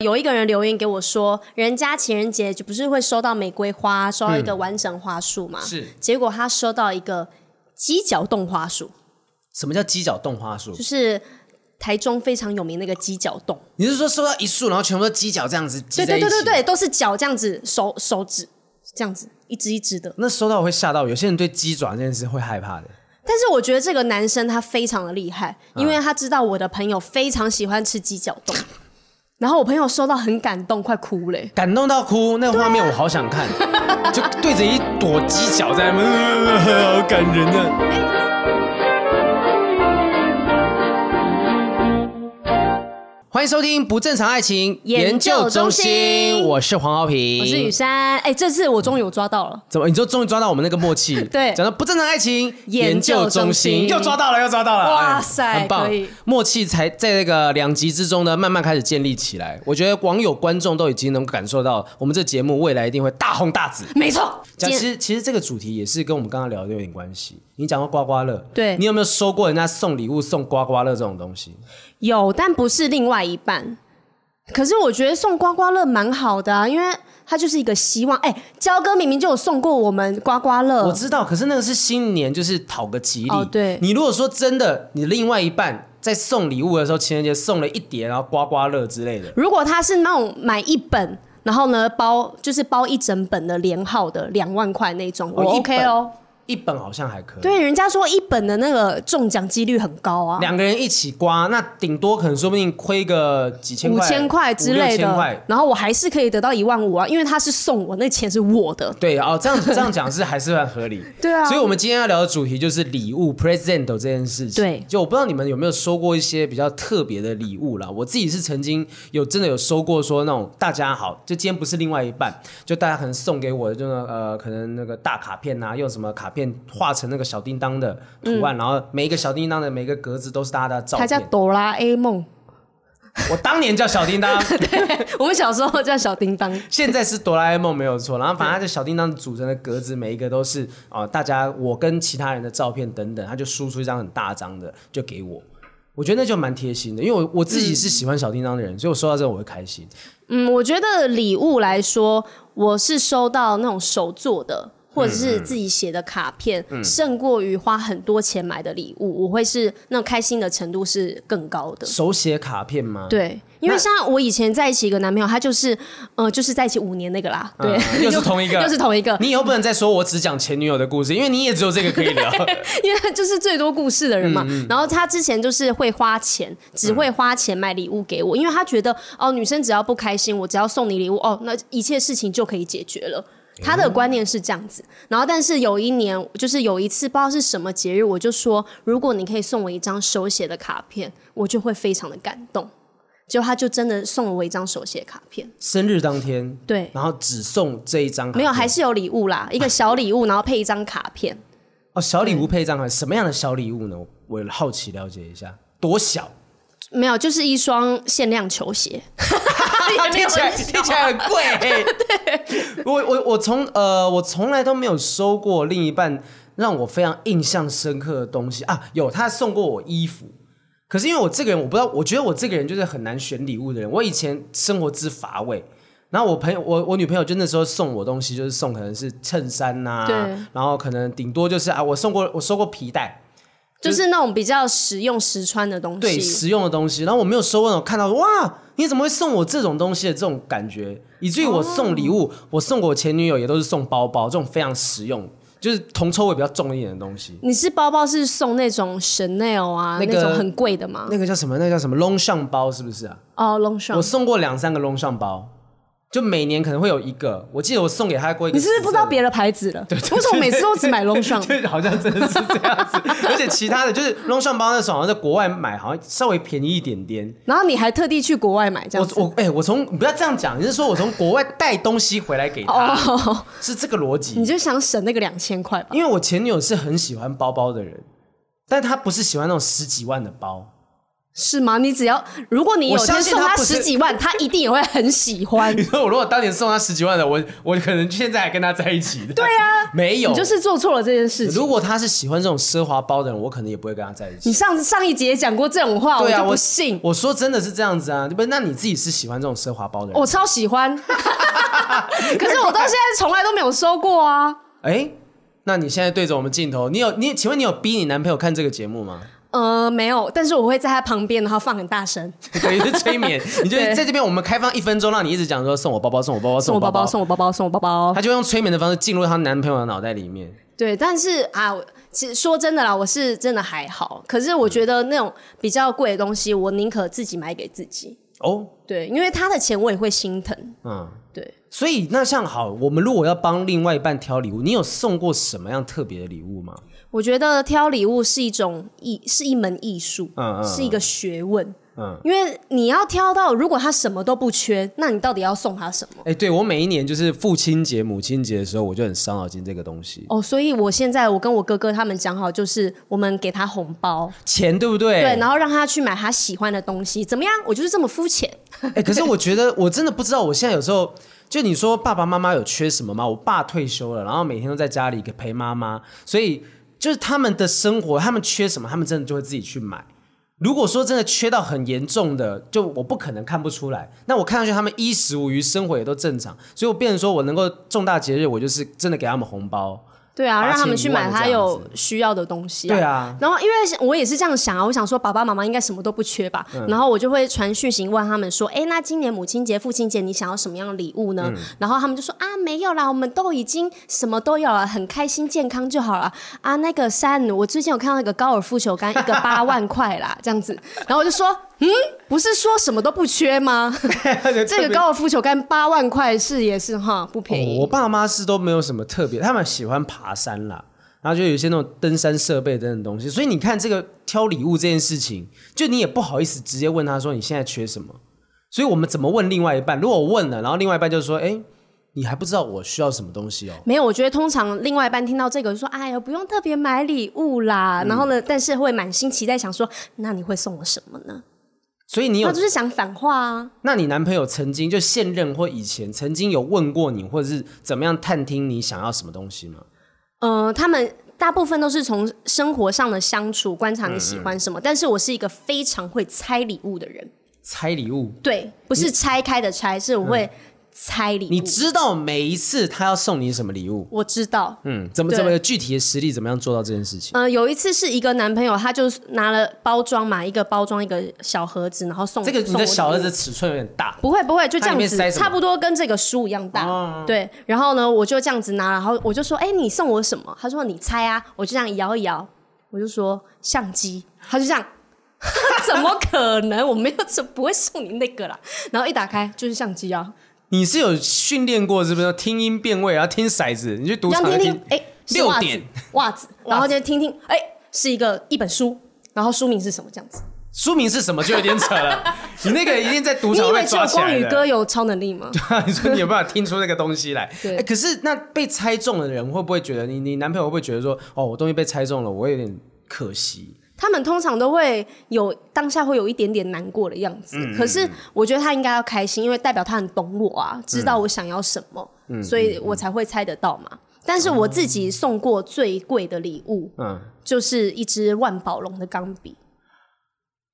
有一个人留言给我说，人家情人节就不是会收到玫瑰花，收到一个完整花束嘛？是结果他收到一个鸡脚冻花束，什么叫鸡脚冻花束就？是台中非常有名那个鸡脚冻。你是说收到一束，然后全部都鸡脚这样子对挤在对一起？对对对，都是脚这样子，手手指这样子，一只一只的。那收到我会吓到，有些人对鸡爪这件事会害怕的。但是我觉得这个男生他非常的厉害，嗯因为他知道我的朋友非常喜欢吃鸡脚 冻，然后我朋友收到很感动，快哭嘞、感动到哭，那个画面我好 想看，就对着一朵鸡脚在那边， 呃好感人啊！欢迎收听《不正常爱情研究中心我是黄浩平，我是雨珊，哎、这次我终于有抓到了，怎么？你就终于抓到我们那个默契， 对讲到不正常爱情研究中心又抓到了，又抓到了，哇塞哎很棒可以，默契才在这个两集之中呢，慢慢开始建立起来。我觉得网友观众都已经能感受到，我们这节目未来一定会大红大紫。没错，讲今其天实其实这个主题也是跟我们刚刚聊的有点关系。你讲到刮刮乐，对你有没有收过人家送礼物送刮刮乐这种东西？有，但不是另外一半。可是我觉得送刮刮乐蛮好的啊，因为它就是一个希望。哎、焦哥明明就有送过我们刮刮乐，我知道，可是那个是新年，就是讨个吉利。嗯哦对你如果说真的，你另外一半在送礼物的时候，情人节送了一叠，然后刮刮乐之类的，如果他是那种买一本，然后呢包就是包一整本的连号的两万块那种，我哦一 OK 哦。一本好像还可以。，对，啊人家说一本的那个中奖几率很高啊，两个人一起刮，那顶多可能说不定亏个几千五块、千块之五类六千块的，然后我还是可以得到一万五啊，因为他是送我，那钱是我的。对哦，这样这样讲是还是很合理。 对啊所以我们今天要聊的主题就是礼物 present 这件事情。对就我不知道你们有没有收过一些比较特别的礼物啦。我自己是曾经有真的有收过说那种大家好，就今天不是另外一半，就大家可能送给我的就是呃可能那个大卡片啊，用什么卡片画成那个小叮当的图案，然后每一个小叮当的每个格子都是大家的嗯照他片。叫哆啦 A 梦，我当年叫小叮当，我们小时候叫小叮当。现在是哆啦 A 梦没有错，然后反正这小叮当组成的格子，每一个都是啊、呃大家我跟其他人的照片等等，他就输出一张很大张的，就给我。我觉得那就蛮贴心的，因为我我自己是喜欢小叮当的人，所以我收到这个我会开心。嗯，我觉得礼物来说，我是收到那种手做的。或者嗯是自己写的卡片，胜过于花很多钱买的礼物，我会是那种开心的程度是更高的。手写卡片吗？对，因为像我以前在一起一个男朋友，他就是，呃，就是在一起五年那个啦，对， 嗯又是同一个又是同一个，你以后不能再说我只讲前女友的故事，因为你也只有这个可 以聊。因为他就是最多故事的人嘛。嗯然后他之前就是会花钱，只会花钱买礼物给我，因为他觉得哦，女生只要不开心，我只要送你礼物，哦，那一切事情就可以解决了。他哦的观念是这样子，然后但是有一年，就是有一次不知道是什么节日，我就说，如果你可以送我一张手写的卡片，我就会非常的感动。结果他就真的送了我一张手写卡片，生日当天，对，然后只送这一张卡片，没有，还是有礼物啦，一个小礼物，然后配一张卡片。哦小礼物配一张卡，什么样的小礼物呢？我我好奇了解一下，多小？没有，就是一双限量球鞋， 也没有听起来很小听起 来很贵、对，我我我从呃，我从来都没有收过另一半让我非常印象深刻的东西啊。有，他送过我衣服，可是因为我这个人，我不知道，我觉得我这个人就是很难选礼物的人。我以前生活之乏味。然后我朋友，我我女朋友就那时候送我东西，就是送可能是衬衫呐、对然后可能顶多就是啊，我送过我收过皮带，就是那种比较实用实穿的东对西。实用的东西，然后我没有收过那种看到哇，你怎么会送我这种东西的这种感觉，以至于我送礼哦物，我送给我前女友也都是送包包，这种非常实用，就是铜臭味比较重一点的东西。你是包包是送那种 Chanel 啊，那那个种很贵的吗？那个叫什么？那个叫什么？long 上包是不是啊？哦，Long 我 John，送过两三个 long 上包，就每年可能会有一个。我记得我送给她过一个你紫是色不是不的，知道 别的牌子了？为什么每次都只买 Long John？对，好像真的是这样子。而且其他的就是 long 上包那时候好像在国外买，好像稍微便宜一点点。然后你还特地去国外买这样我子？我哎、我从你不要这样讲，你是说我从国外带东西回来给他，哦，是这个逻辑你？就想省那个两千块吧？因为我前女友是很喜欢包包的人，但她不是喜欢那种十几万的包， 是吗？你只要如果你有我一相天信送他他不是十几万，他一定也会很喜欢你。说我如果当年送他十几万的，我我可能现在还跟他在一起的。对啊， 没有，你就是做错了这件事情。如果他是喜欢这种奢华包的人，我可能也不会跟他在一起你。上上一节也讲过这种话，对啊，就我不信。我说真的是这样子啊，不是？那你自己是喜欢这种奢华包的人？我超喜欢， 可是我到现在从来都没有收过啊。哎、那你现在对着我们镜头，你有你，请问你有逼你男朋友看这个节目吗？呃，没有，但是我会在他旁边，然后放很大声， 等于是催眠，你就对在这边我们开放一分钟，让你一直讲说送我包包，送我包包，送送我包包包，，送我包包，送我包包他。就用催眠的方式进入她男朋友的脑袋里面。对，但是啊，我其实说真的啦，我是真的还好。可是我觉得那种比较贵的东西，我宁可自己买给自己。哦，对，因为他的钱我也会心疼。嗯，对，所以那像好，我们如果要帮另外一半挑礼物，你有送过什么样特别的礼物吗？我觉得挑礼物是一种艺，是一门艺术，嗯嗯嗯是一个学问。嗯因为你要挑到，如果他什么都不缺，那你到底要送他什么？哎、对我每一年就是父亲节、母亲节的时候，我就很伤脑筋这个东西，哦，所以我现在我跟我哥哥他们讲好，就是我们给他红包，钱对不对？对，然后让他去买他喜欢的东西，怎么样？我就是这么肤浅。 哎、可是我觉得我真的不知道，我现在有时候就你说爸爸妈妈有缺什么吗？我爸退休了，然后每天都在家里给陪妈妈，所以就是他们的生活，他们缺什么，他们真的就会自己去买。如果说真的缺到很严重的，就我不可能看不出来。那我看上去他们衣食无余，生活也都正常，所以我变成说我能够重大节日，我就是真的给他们红包。对啊，八让他千们一去万买这他样有子需要的东西、对啊，然后因为我也是这样想啊，我想说爸爸妈妈应该什么都不缺吧，然后我就会传讯息问他们说，哎，那今年母亲节、父亲节你想要什么样的礼物呢？然后他们就说啊，没有啦，我们都已经什么都有了，很开心、健康就好了啊。那个三，我最近有看到一个高尔夫球杆，一个八万块啦，这样子，然后我就说，嗯，不是说什么都不缺吗？这个高尔夫球杆八万块是也是哈，不便宜。哦我爸妈是都没有什么特别，他们喜欢爬山啦，然后就有一些那种登山设备等等东西。所以你看这个挑礼物这件事情，就你也不好意思直接问他说你现在缺什么。所以我们怎么问另外一半？如果我问了，然后另外一半就说：“哎，你还不知道我需要什么东西哦。没有，我觉得通常另外一半听到这个就说：“哎呀，不用特别买礼物啦。然后呢，但是会满心期待想说：“那你会送我什么呢？””所以你有他就是想反话啊。那你男朋友曾经就现任或以前曾经有问过你，或者是怎么样探听你想要什么东西吗？呃，他们大部分都是从生活上的相处观察你喜欢什么，但是我是一个非常会拆礼物的人，拆礼物，对，不是拆开的拆，是我会拆礼你物。知道每一次他要送你什么礼物？我知道，嗯，怎么对怎么有具体的实力怎么样做到这件事情？呃，有一次是一个男朋友，他就是拿了包装嘛，一个包装一个小盒子，然后送这个送你我的小礼儿物子尺寸有点大，不会不会，就这它里样面塞子，什么哦差不多跟这个书一样大。对，然后呢，我就这样子拿，然后我就说：“哎、你送我什么？”他说：“你猜啊。”我就这样摇一摇，我就说：“相机。”他就这样。 怎么可能？我没有，这不会送你那个 啦。然后一打开就是相机啊，你是有训练过是不是？听音辨位，然后听骰子，你去赌这场样听听听，哎、是六袜子点袜子，然后就听听，哎、是一个一本书，然后书名是什么？这样子，书名是什么就有点 扯了。你那个一定在赌你以场为被只有抓起光来宇哥的。有超能力吗？ 你说你有办法听出那个东西来？ 对哎可是那被猜中的人会不会觉得你你男朋友会不会觉得说哦，我东西被猜中了，我有点可惜？他们通常都会有当下会有一点点难过的样子，嗯可是我觉得他应该要开心，因为代表他很懂我啊，嗯知道我想要什么，所以我才会猜得到嘛。但是我自己送过最贵的礼物，嗯，就是一支万宝龙的钢笔，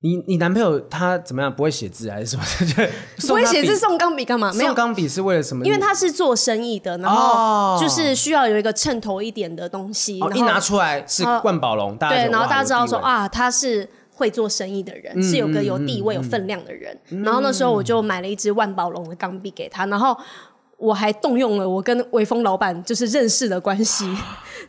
你你男朋友他怎么样？不会写字还是什么？ 就是不送会他写笔字送钢笔干嘛？没送有，钢笔是为了什么？因为他是做生意的，然哦后就是需要有一个衬头一点的东西，哦然一后呃拿出来是冠宝龙，大家对，就然后哇大家有知道地说位嗯啊，他是会做生意的人，是有个有地位、有分量的人。然后那时候我就买了一支万宝龙的钢笔给他，然后我还动用了我跟微风老板就是认识的关 系，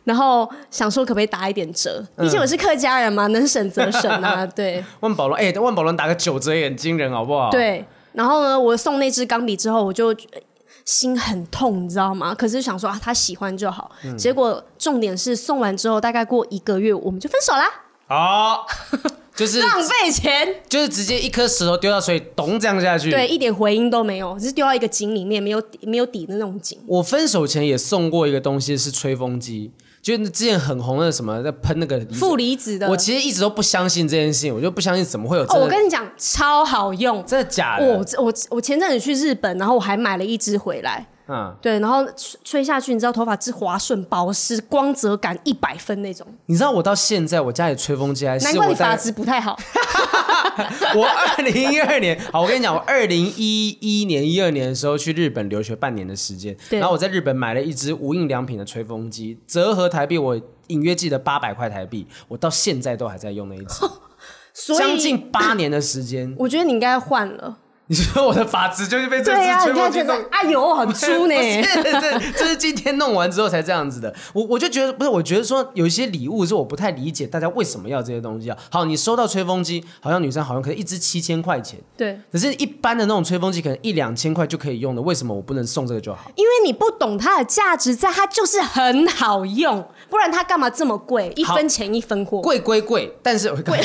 然后想说可不可以打一点折，嗯毕竟我是客家人嘛，能省则省 啊，对万宝龙，哎、万宝龙打个九折也很惊人，好不好？，对。然后呢，我送那支钢笔之后，我就。呃心很痛，你知道吗？可是想说啊，他喜欢就好。嗯结果重点是送完之后，大概过一个月，我们就分手啦，好、 就是浪费钱。就是直接一颗石头丢到水，咚这样下去。对，，一点回音都没有，只是丢到一个井里面，没有底没有底的那种井。我分手前也送过一个东西是吹风机，就是之前很红的什么在喷那个离子负离子的。我其实一直都不相信这件事情，我就不相信怎么会有真哦，的，我跟你讲，超好用。真的假的？我我我前阵子去日本，然后我还买了一支回来，嗯，对，然后吹吹下去，你知道头发之滑顺、保湿、光泽感一百分那种，你知道我到现在我家里吹风机还是难怪我你发在质不太 好。我二零一二年， 好，我跟你讲，我二零一一年、一二年的时候去日本留学半年的时间，对然后我在日本买了一支无印良品的吹风机，折合台币我隐约记得八百块台币，我到现在都还在用那一支， 所将以近八年的时间。我觉得你应该换了。你说我的发质就是被这对呀、你支吹看风这机种，哎呦，很粗 呢。不是这这是今天弄完之后才这样子的。我我就觉得不是，我觉得说有一些礼物是我不太理解大家为什么要这些东西啊。好，你收到吹风机，好像女生好像可能一支七千块钱，对，可是，一般的那种吹风机可能一两千块就可以用的，为什么我不能送这个就好？因为你不懂它的价值在，它就是很好用，不然它干嘛这么贵？一好分钱一分货，贵归贵，但是我贵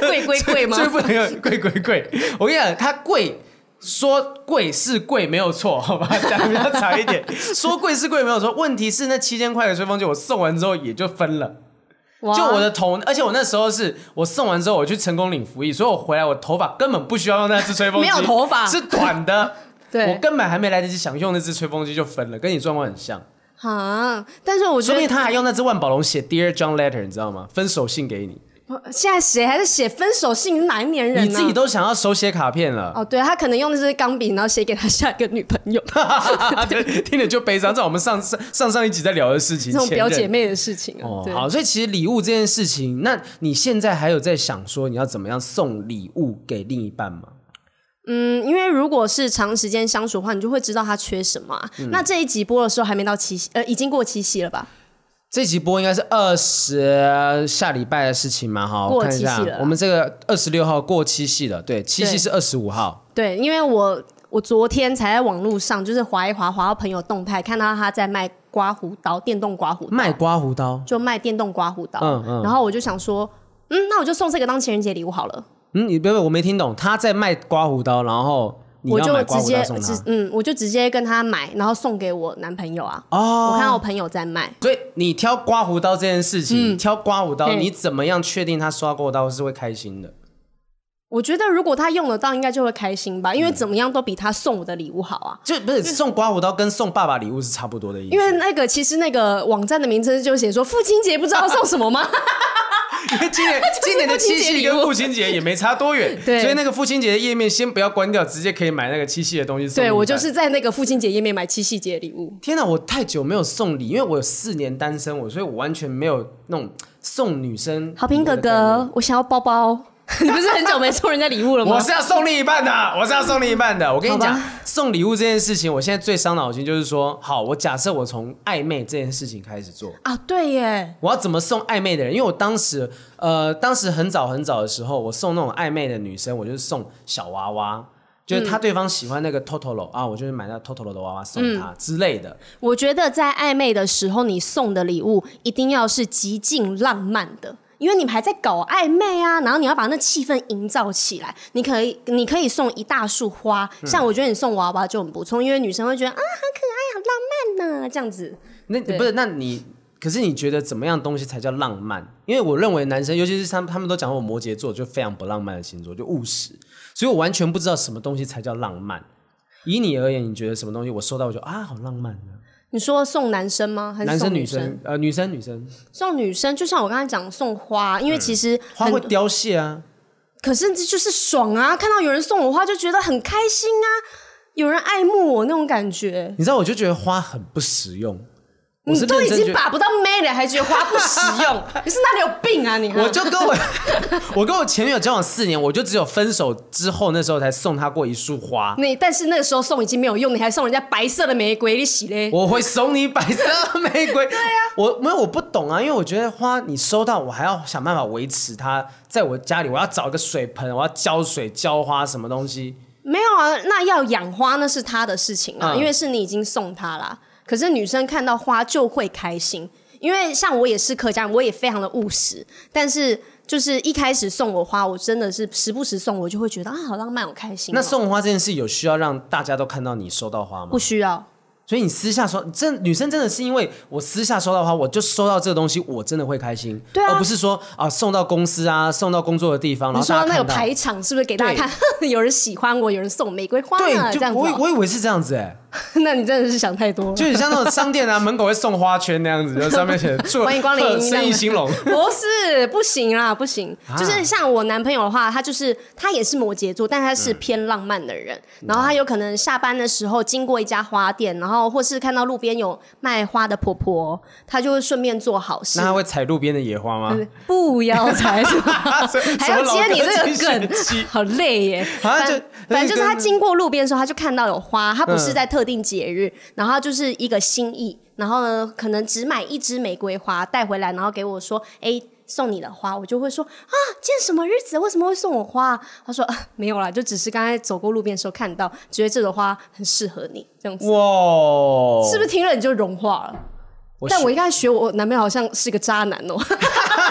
贵归贵吗？最不能用贵归贵。我跟你讲，它贵。说贵是贵没有错，好吧，讲比较长一点。说贵是贵没有错，问题是那七千块的吹风机我送完之后也就分了，哇就我的头，而且我那时候是我送完之后我去成功领服役，所以我回来我头发根本不需要用那只吹风机，没有头发是短的，对我根本还没来得及享用那只吹风机就分了，跟你状况很像。啊，但是我觉说不得定他还用那只万宝龙写 Dear John Letter，你知道吗？分手信给你，现在谁还在写分手信？是哪一年人、啊？你自己都想要手写卡片了，哦，对他可能用的是钢笔，然后写给他下一个女朋 友，对听着就悲伤。这我们上上上上一集在聊的事情，这种前表任姐妹的事情啊。哦对，好，所以其实礼物这件事情，那你现在还有在想说你要怎么样送礼物给另一半吗？嗯，因为如果是长时间相处的话，你就会知道他缺什么啊、嗯那这一集播的时候还没到七夕，呃，已经过七夕了吧？这集播应该是二十下礼拜的事情嘛，哈，我过看一下七夕了啦，我们这个二十六号过七夕了，对，七夕对是二十五号，对，因为我我昨天才在网络上就是划一划，划到朋友动态，看到他在卖刮胡刀，电动刮胡刀，卖刮胡刀，就卖电动刮胡刀。嗯嗯然后我就想说，嗯，那我就送这个当情人节礼物好了。嗯，你别别，我没听懂，他在卖刮胡刀，然后你我要就买刮直胡刀接送他直嗯，我就直接跟他买，然后送给我男朋友啊。哦，我看到嗯我朋友在卖，所以你挑刮胡刀这件事情，挑刮胡刀，对你怎么样确定他刷过刀是会开心的？我觉得如果他用得到，应该就会开心吧，因嗯为怎么样都比他送我的礼物好啊。就不是送刮胡刀跟送爸爸礼物是差不多的意思，因为那个其实那个网站的名称就写说父亲节不知道送什 么吗？因为今 年今年的七夕跟父亲节也没差多远，对所以那个父亲节的页面先不要关掉，直接可以买那个七夕的东西送另对一半我就是在那个父亲节页面买七夕节礼物。天哪，我太久没有送礼，因为我有四年单身，我所以我完全没有那种送女生好评哥哦礼物的概念哥，我想要包包。 你不是很久没送人家礼物了吗我？是要送另一半的，我是要送另一半的。我跟你好讲吧，送礼物这件事情，我现在最伤脑筋就是说，好，我假设我从暧昧这件事情开始做，啊，对耶，我要怎么送暧昧的人？因为我当时，呃，当时很早很早的时候，我送那种暧昧的女生，我就是送小娃娃。就是嗯他对方喜欢那个 Totoro、啊，我就是买那 Totoro 的娃娃送嗯他、之类的。我觉得在暧昧的时候，你送的礼物一定要是极尽浪漫的。因为你们还在搞暧昧啊，然后你要把那气氛营造起来。你可以，你可以送一大束花，嗯像我觉得你送娃娃就很不错，因为女生会觉得啊，好可爱，好浪漫呢、这样子。那对不是？那你可是你觉得怎么样东西才叫浪漫？因为我认为男生，尤其是他们，他们都讲我摩羯座就非常不浪漫的星座，就务实，所以我完全不知道什么东西才叫浪漫。以你而言，你觉得什么东西我收到我就啊，好浪漫呢、你说送男生吗？还是男送生女嗯生？生，呃，女生女生，送女生，就像我刚才讲送花，嗯因为其实花很会凋谢啊。可是这就是爽啊！看到有人送我花，就觉得很开心啊，有人爱慕我那种感觉。你知道，我就觉得花很不实用。我你是嗯都认已真经觉得，把不到妹了，还觉得花不实 用，你是哪里有病啊你？我就跟我 我跟我前女友交往四年，我就只有分手之后那时候才送她过一束花。你，但是那个时候送已经没有用，你还送人家白色的玫瑰，你洗嘞？我会送你白色玫 瑰。对啊呀、我没有我不懂啊，因为我觉得花你收到，我还要想办法维持它在我家里，我要找个水盆，我要浇水、浇花什么东西。没有啊，那要养花那是他的事情啊，嗯因为是你已经送他啦。可是女生看到花就会开心，因为像我也是客家人，我也非常的务实，但是就是一开始送我花，我真的是时不时送，我就会觉得啊好浪漫，好开心哦、那送花这件事有需要让大家都看到你收到花吗不？需要。所以你私下收，真女生真的是因为我私下收到的话，我就收到这个东西，我真的会开心，对啊而不是说啊送到公司啊，送到工作的地方，然你后说大到家那个看到。排场，是不是给大家看？ 有人喜欢我，有人送玫瑰花啊，对，这就样子我以哦。我以为是这样子哎、 那你真的是想太多了。就很像那种商 店啊，门口会送花圈那样子，就上面写祝欢迎光临贺这 生样意子兴隆。不是，不行啦，不行。啊就是像我男朋友的话，他就是他也是摩羯座，但他是偏浪漫的人。嗯然后他有可能下班的时候经过一家花店，然后或是看到路边有卖花的婆婆，他就会顺便做好事那。他会采路边的野花吗？呃不要猜，还要接你这个梗，好累耶。啊反就反正就是他跟嗯经过路边的时候，他就看到有花，他不是在特定节日，然后他就是一个心意，然后呢，可能只买一支玫瑰花带回来，然后给我说，哎、送你的花，我就会说啊，今天什么日子？为什么会送我花、他说、啊、没有啦，就只是刚才走过路边的时候看到，觉得这朵花很适合你，这样子，哇，是不是听了你就融化了？但我应该学我男朋友，好像是个渣男哦、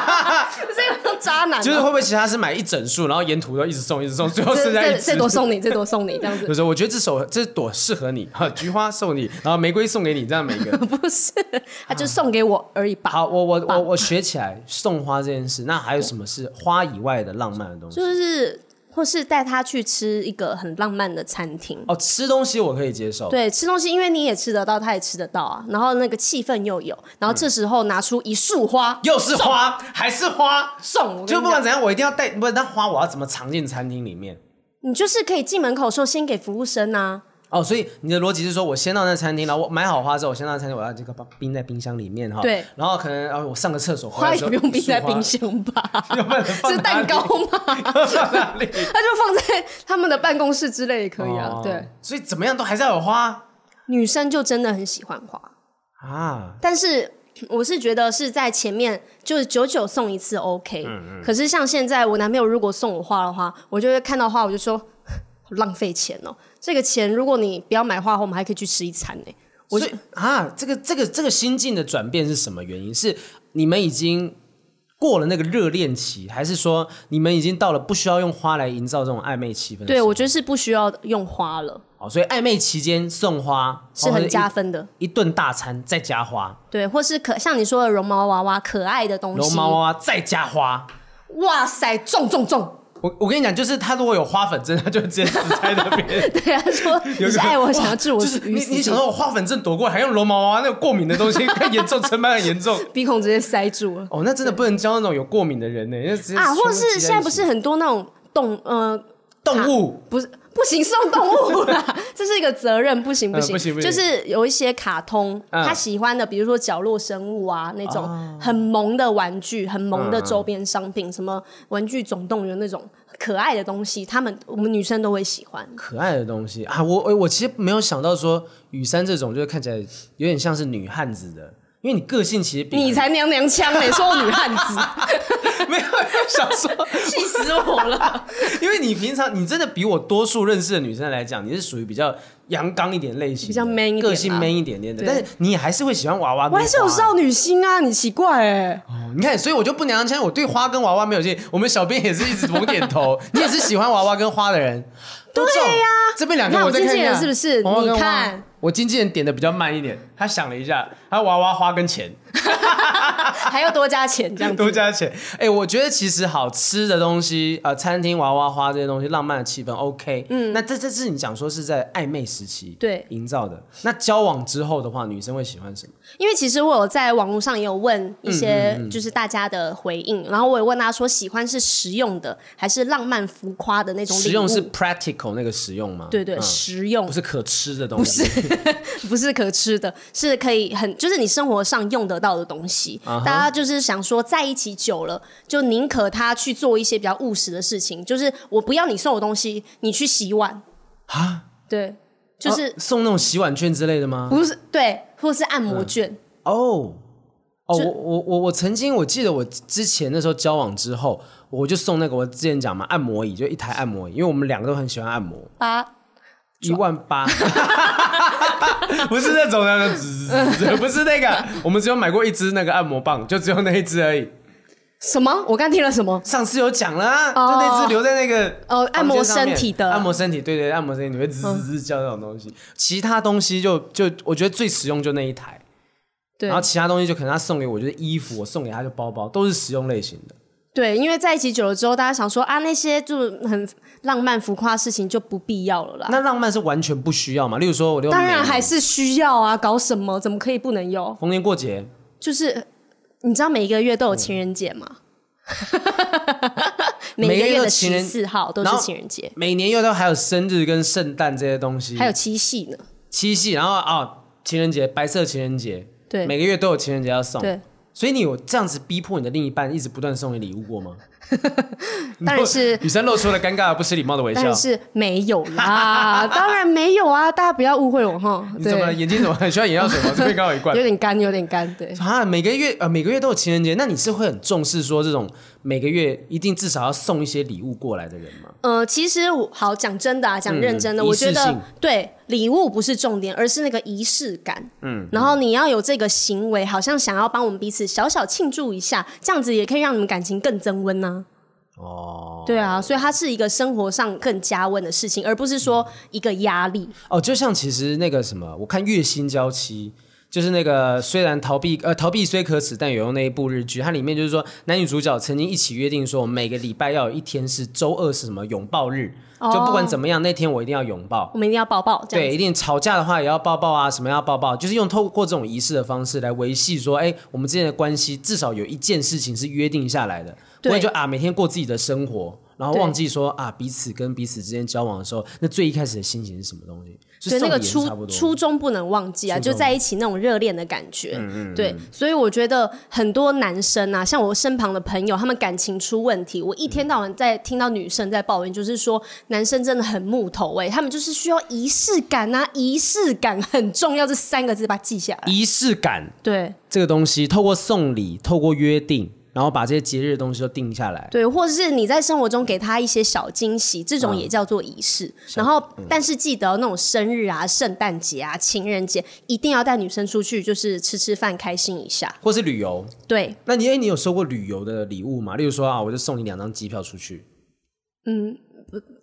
是个渣男哦、就是会不会其实他是买一整束，然后沿途都一直送，一直送，最后这剩下一这这支。朵送你，这朵送你，这样子 就是我觉得这首这朵适合你，哈，菊花送你，然后玫瑰送给你，这样每个。 不是，他就送给我而已吧。好，我我我我学起来送花这件事。那还有什么是花以外的浪漫的东西？就是或是带他去吃一个很浪漫的餐厅。哦，吃东西我可以接受。对，吃东西，因为你也吃得到，他也吃得到啊。然后那个气氛又有，然后这时候拿出一束花又是花，还是花，送，我跟就你不管讲，怎样，我一定要带。不，那花我要怎么藏进餐厅里面？你就是可以进门口的时候先给服务生啊。哦，所以你的逻辑是说，我先到那餐厅，然后我买好花之后，我先到那餐厅，我要这个把冰在冰箱里面哈。对。然后可能呃，我上个厕所回花来也之后不用冰在一束花 冰箱吧？要不然放是蛋糕吗？要 放哪 他里？就放在他们的办公室之类也可以啊。哦对，，所以怎么样都还是要有花女生就真的很喜欢花。啊。但是我是觉得是在前面就是久久送一次 OK，、可嗯是像现在我男朋友如果送我花的话，我就会看到花我就说 好浪费钱哦、这个钱如果你不要买花的话，我们还可以去吃一餐呢、我我就所以啊，这个这个这个心境的转变是什么原因？是你们已经过了那个热恋期，还是说你们已经到了不需要用花来营造这种暧昧气氛的时候？对我觉得是不需要用花了，好，所以暧昧期间送花是或者很一加分的。一顿大餐再加花，对，或是可像你说的绒毛娃娃，可爱的东西。绒毛娃娃啊再加花。哇塞，中中中！ 我我跟你讲，就是他如果有花粉症，他就直接死在那边。对啊，说 你是爱我，想要治我就是于你死你地想，到我花粉症躲过，还用绒毛娃啊娃那个过敏的东西，更严重， 成本很严重。鼻孔直接塞住了。哦，那真的不能教那种有过敏的人呢，因为直接啊，全部或积在是一起现在不是很多那种动呃动物不是不行送动物 啦，这是一个责任，不行嗯不行、不行不行就是有一些卡通、嗯哦他喜欢的，比如说角落生物啊那种很萌的玩具、很萌的周边商品，什么玩具总动员那种可爱的东西，他们我们女生都会喜欢。可爱的东西啊？我我我其实没有想到说雨珊这种就是看起来有点像是女汉子的，因为你个性其实比你才娘娘腔嘞，说我女汉子， 没有想说，气死我了！ 因为你平常你真的比我多数认识的女生来讲，你是属于比较阳刚一点类型的，比较 man 一点啦个性 man 一点点的，对但是你还是会喜欢娃娃，我还是有少女心啊，你奇怪哎、 哦你看，所以我就不娘腔，我对花跟娃娃没有劲。我们小编也是一直猛点 头，你也是喜欢娃娃跟花的人。对呀、这边两你个看我再看一经纪人下，是不是娃娃跟你花看，我经纪人点的比较慢一点，他想了一下，他娃娃花跟钱还要多加钱这样子 多。加钱。哎、我觉得其实好吃的东西，呃，餐厅娃娃花这些东西，浪漫的气氛 OK。嗯，那这这是你讲说是在暧昧时期对营造的。那交往之后的话，女生会喜欢什么？因为其实我有在网络上也有问一嗯些就是大家的回应，然后我也问他说喜欢是实用的还是浪漫浮夸的那种礼物？实用是 practical 那个实用吗？对对、嗯实用不是可吃的东西，啊不是不是可吃的，是可以很就是你生活上用得到的东西。啊大家就是想说在一起久了，就宁可他去做一些比较务实的事情，就是我不要你送我东西，你去洗碗，啊。对，就是、啊送那种洗碗券之类的吗？不是对，或是按嗯摩券。哦。哦，我我我我曾经我记得我之前那时候交往之后，我就送那个我之前讲嘛按摩椅，就一台按摩椅，因为我们两个都很喜欢按摩，八一万八， 不是那种的，滋滋滋不是那个，我们只有买过一支那个按摩棒，就只有那一支而已。什么？我刚听了什么？上次有讲啦、哦就那只留在那个哦按摩身体的嗯房间上面按摩身体，对对，按摩身体你会滋滋滋叫那种东西。其他东西就就我觉得最实用就那一台，对然后其他东西就可能他送给我就是衣服，我送给他就包包，都是实用类型的。对，因为在一起久了之后，大家想说啊，那些就很浪漫浮夸的事情就不必要了啦。那浪漫是完全不需要嘛？例如说我留当然还是需要啊，搞什么？怎么可以不能有？逢年过节，就是你知道每一个月都有情人节 吗？每每一一个个月月的的十情人四号都然是后情人节，每年又到还有生日跟圣诞这些东西，还有七夕呢。七夕，然后啊、哦情人节白色情人节，对每个月都有情人节要送。对，所以你有这样子逼迫你的另一半一直不断送你礼物过吗？ 当然 是女生露出了尴尬而不失礼貌的微笑但。是没有 啦，当然没有啊，大家不要误会我哈。你怎么了对，眼睛怎么很需要眼药水吗？这边刚好一罐有。点干，有点干。对， 啊，每个月呃每个月都有情人节，那你是会很重视说这种每个月一定至少要送一些礼物过来的人吗？呃，其实我好讲真的啊，讲认真的，嗯我觉仪式得性对礼物不是重点，而是那个仪式感。嗯，然后你要有这个行为，好像想要帮我们彼此小小庆祝一下，这样子也可以让你们感情更增温呢、哦，对啊，所以它是一个生活上更加温的事情，而不是嗯说一个压力。哦，就像其实那个什么，我看《月薪娇妻》，就是那个虽然逃避呃逃避虽可耻，但有用那一部日剧，它里面就是说男女主角曾经一起约定说，我们每个礼拜要有一天是周二是什么拥抱日，哦就不管怎么样那天我一定要拥抱。我们一定要抱抱，这样对，子。一定吵架的话也要抱抱啊，什么要抱抱，就是用透过这种仪式的方式来维系说，哎，我们之间的关系至少有一件事情是约定下来的，不对会就啊每天过自己的生活，然后对忘记说啊彼此跟彼此之间交往的时候，那最一开始的心情是什么东西？所对以那个送礼也是差不初多初衷不能忘记啊，就在一起那种热恋的感觉。嗯对，所以我觉得很多男生啊，像我身旁的朋友，他们感情出问题，我一天到晚在听到女生在抱怨，就是说男生真的很木头哎、他们就是需要仪式感啊，仪式感很重要，这三个字把它记下来。仪式感对这个东西，透过送礼，透过约定，然后把这些节日的东西都定下来。对，或者是你在生活中给他一些小惊喜，这嗯种也叫做仪式。然后，但是记得那种生日啊、圣诞节啊、情人节，一定要带女生出去，就是吃吃饭，开心一下。或是旅游，对，那你哎，你有收过旅游的礼物吗？例如说啊，我就送你两张机票出去，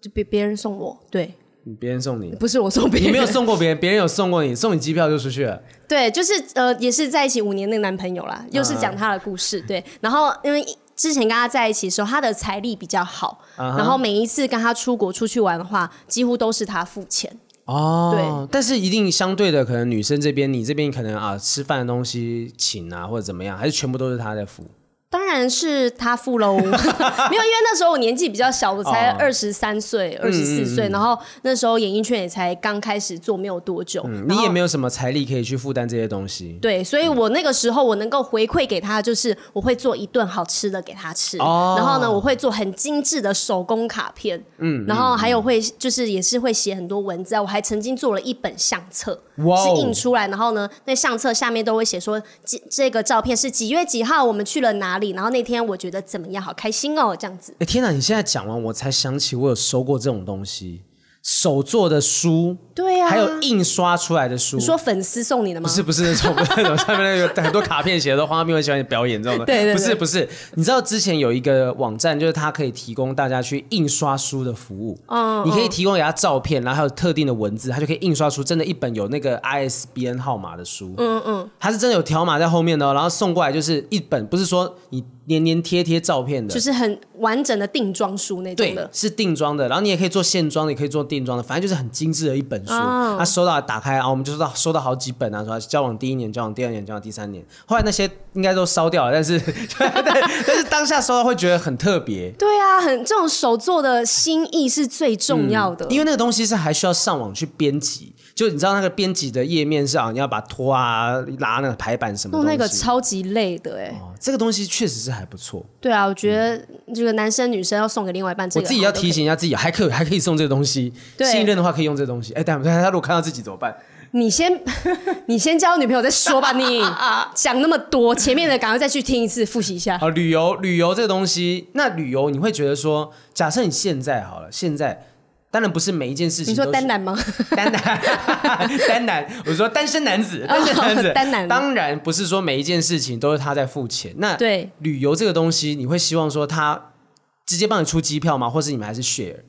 就别别人送我，对，别人送你，不是我送别人， 你没有送过别人，别人有送过你，送你机票就出去了。对，就是呃，也是在一起五年那个男朋友啦，又是讲他的故事，对。然后因为之前跟他在一起的时候，他的财力比较好，然后每一次跟他出国出去玩的话，几乎都是他付钱。哦，对，但是一定相对的，可能女生这边，你这边可能啊，吃饭的东西请啊，或者怎么样，还是全部都是她在付。当然是他付 喽，没有，因为那时候我年纪比较小，我才哦二十三岁、二十四岁，然后那时候演艺圈也才刚开始做没有多久，嗯然你后也没有什么财力可以去负担这些东西。对，所以我那个时候我能够回馈给他，就是我会做一顿好吃的给他吃，哦然后呢，我会做很精致的手工卡片，嗯，然后还有会就是也是会写很多文字啊，我还曾经做了一本相册，哇是哦印出来，然后呢，那相册下面都会写说这这个照片是几月几号，我们去了哪里，然后那天我觉得怎么样，好开心哦，这样子。哎，天哪！你现在讲完，我才想起我有收过这种东西，手做的书，对呀、还有印刷出来的书。你说粉丝送你的吗啊不？是不是那 种，不是那种，上面那个很多卡片写的都黄阿斌会喜欢你表演这种的，对对对不是不是，你知道之前有一个网站，就是它可以提供大家去印刷书的服务，哦你可以提供给他照片，然后还有特定的文字，他就可以印刷出真的一本有那个 ISBN 号码的书，嗯嗯，它是真的有条码在后面的、哦，然后送过来就是一本，不是说你粘粘贴贴照片的就。是很完整的定妆书那种对的，，是定妆的，然后你也可以做现装的，也可以做定妆的，反正就是很精致的一本书。哦他、收到打开，然后我们就收到收到好几本啊，说交往第一年、交往第二年、交往第三年，后来那些应该都烧掉了，但是 但但是当下收到会觉得很特别，对啊，很这种手做的心意是最重要的，因为那个东西是还需要上网去编辑，就你知道那个编辑的页面是啊，你要把它拖啊、拉那个排版什么弄东西。那个超级累的哎、哦这个东西确实是还不错，对啊，我觉得这个男生女生要送给另外一半，这嗯我个自己要好像提醒一下自己，还可以还可以送这个东西。对信任的话可以用这个东西。哎，但 他如果看到自己怎么办？你先 你先交女朋友再说吧， 你讲那么多，前面的赶快再去听一次，复习一下。好，旅游旅游这个东西，那旅游你会觉得说，假设你现在好了，现在当然不是每一件事情你都说是。单男吗？ 单男，单男，我说单身男子，单身男子，哦单男当然不是说每一件事情都是他在付钱。那对旅游这个东西，你会希望说他直接帮你出机票吗？或是你们还是 share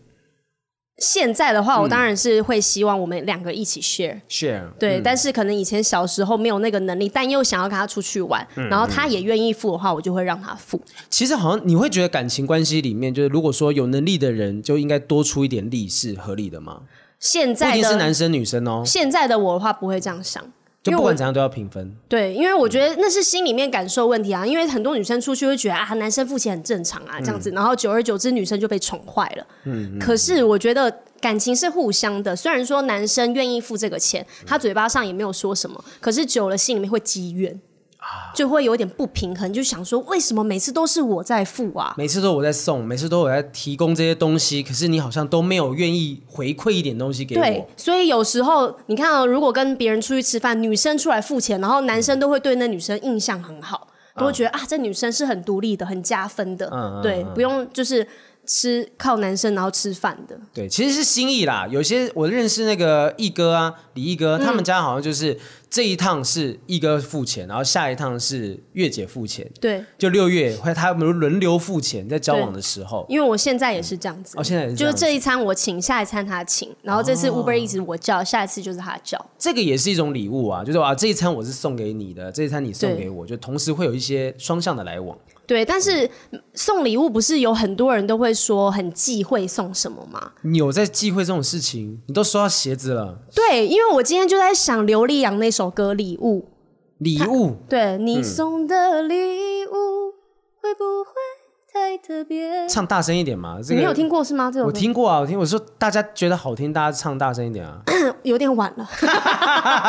现在的话，我当然是会希望我们两个一起嗯 share。 share？对，但是可能以前小时候没有那个能力，但又想要跟他出去玩，嗯然后他也愿意付的话，我就会让他付。其实好像你会觉得感情关系里面，就是如果说有能力的人就应该多出一点力，是合理的吗？现不一在定是的男生女生哦，现在的我的话不会这样想，就因为不我管怎样都要平分。对，因为我觉得那是心里面感受问题啊，因为很多女生出去会觉得啊，男生付钱很正常啊，这样子，然后久而久之，女生就被宠坏了。嗯，可是我觉得感情是互相的，虽然说男生愿意付这个钱，他嘴巴上也没有说什么，可是久了心里面会积怨。就会有点不平衡，就想说为什么每次都是我在付啊？每次都我在送，每次都我在提供这些东西，可是你好像都没有愿意回馈一点东西给对我。，所以有时候你看、哦，如果跟别人出去吃饭，女生出来付钱，然后男生都会对那女生印象很好，都会觉得、啊，这女生是很独立的，很加分的，嗯嗯对，嗯不用就是吃靠男生然后吃饭的，对，其实是心意啦。有些我认识那个毅哥啊，李毅哥，嗯他们家好像就是这一趟是毅哥付钱，然后下一趟是月姐付钱，对，就六月会他们轮流付钱，在交往的时候。因为我现在也是这样子，哦现在也是这就样是子哦这一餐我请，下一餐他请，然后这次 Uber 一直我叫，下一次就是他叫，这个也是一种礼物啊，就是啊，这一餐我是送给你的，这一餐你送给我，就同时会有一些双向的来往。对，但是嗯送礼物不是有很多人都会说很忌讳送什么吗？你有在忌讳这种事情？你都收到鞋子了，对，因为我今天就在想刘力扬那首歌《礼物》。礼物对你送的礼物会不会太特别？唱大声一点嘛？你这个没有听过是吗？这首我歌听过啊，我听我说大家觉得好听，大家唱大声一点啊， 有点晚 了。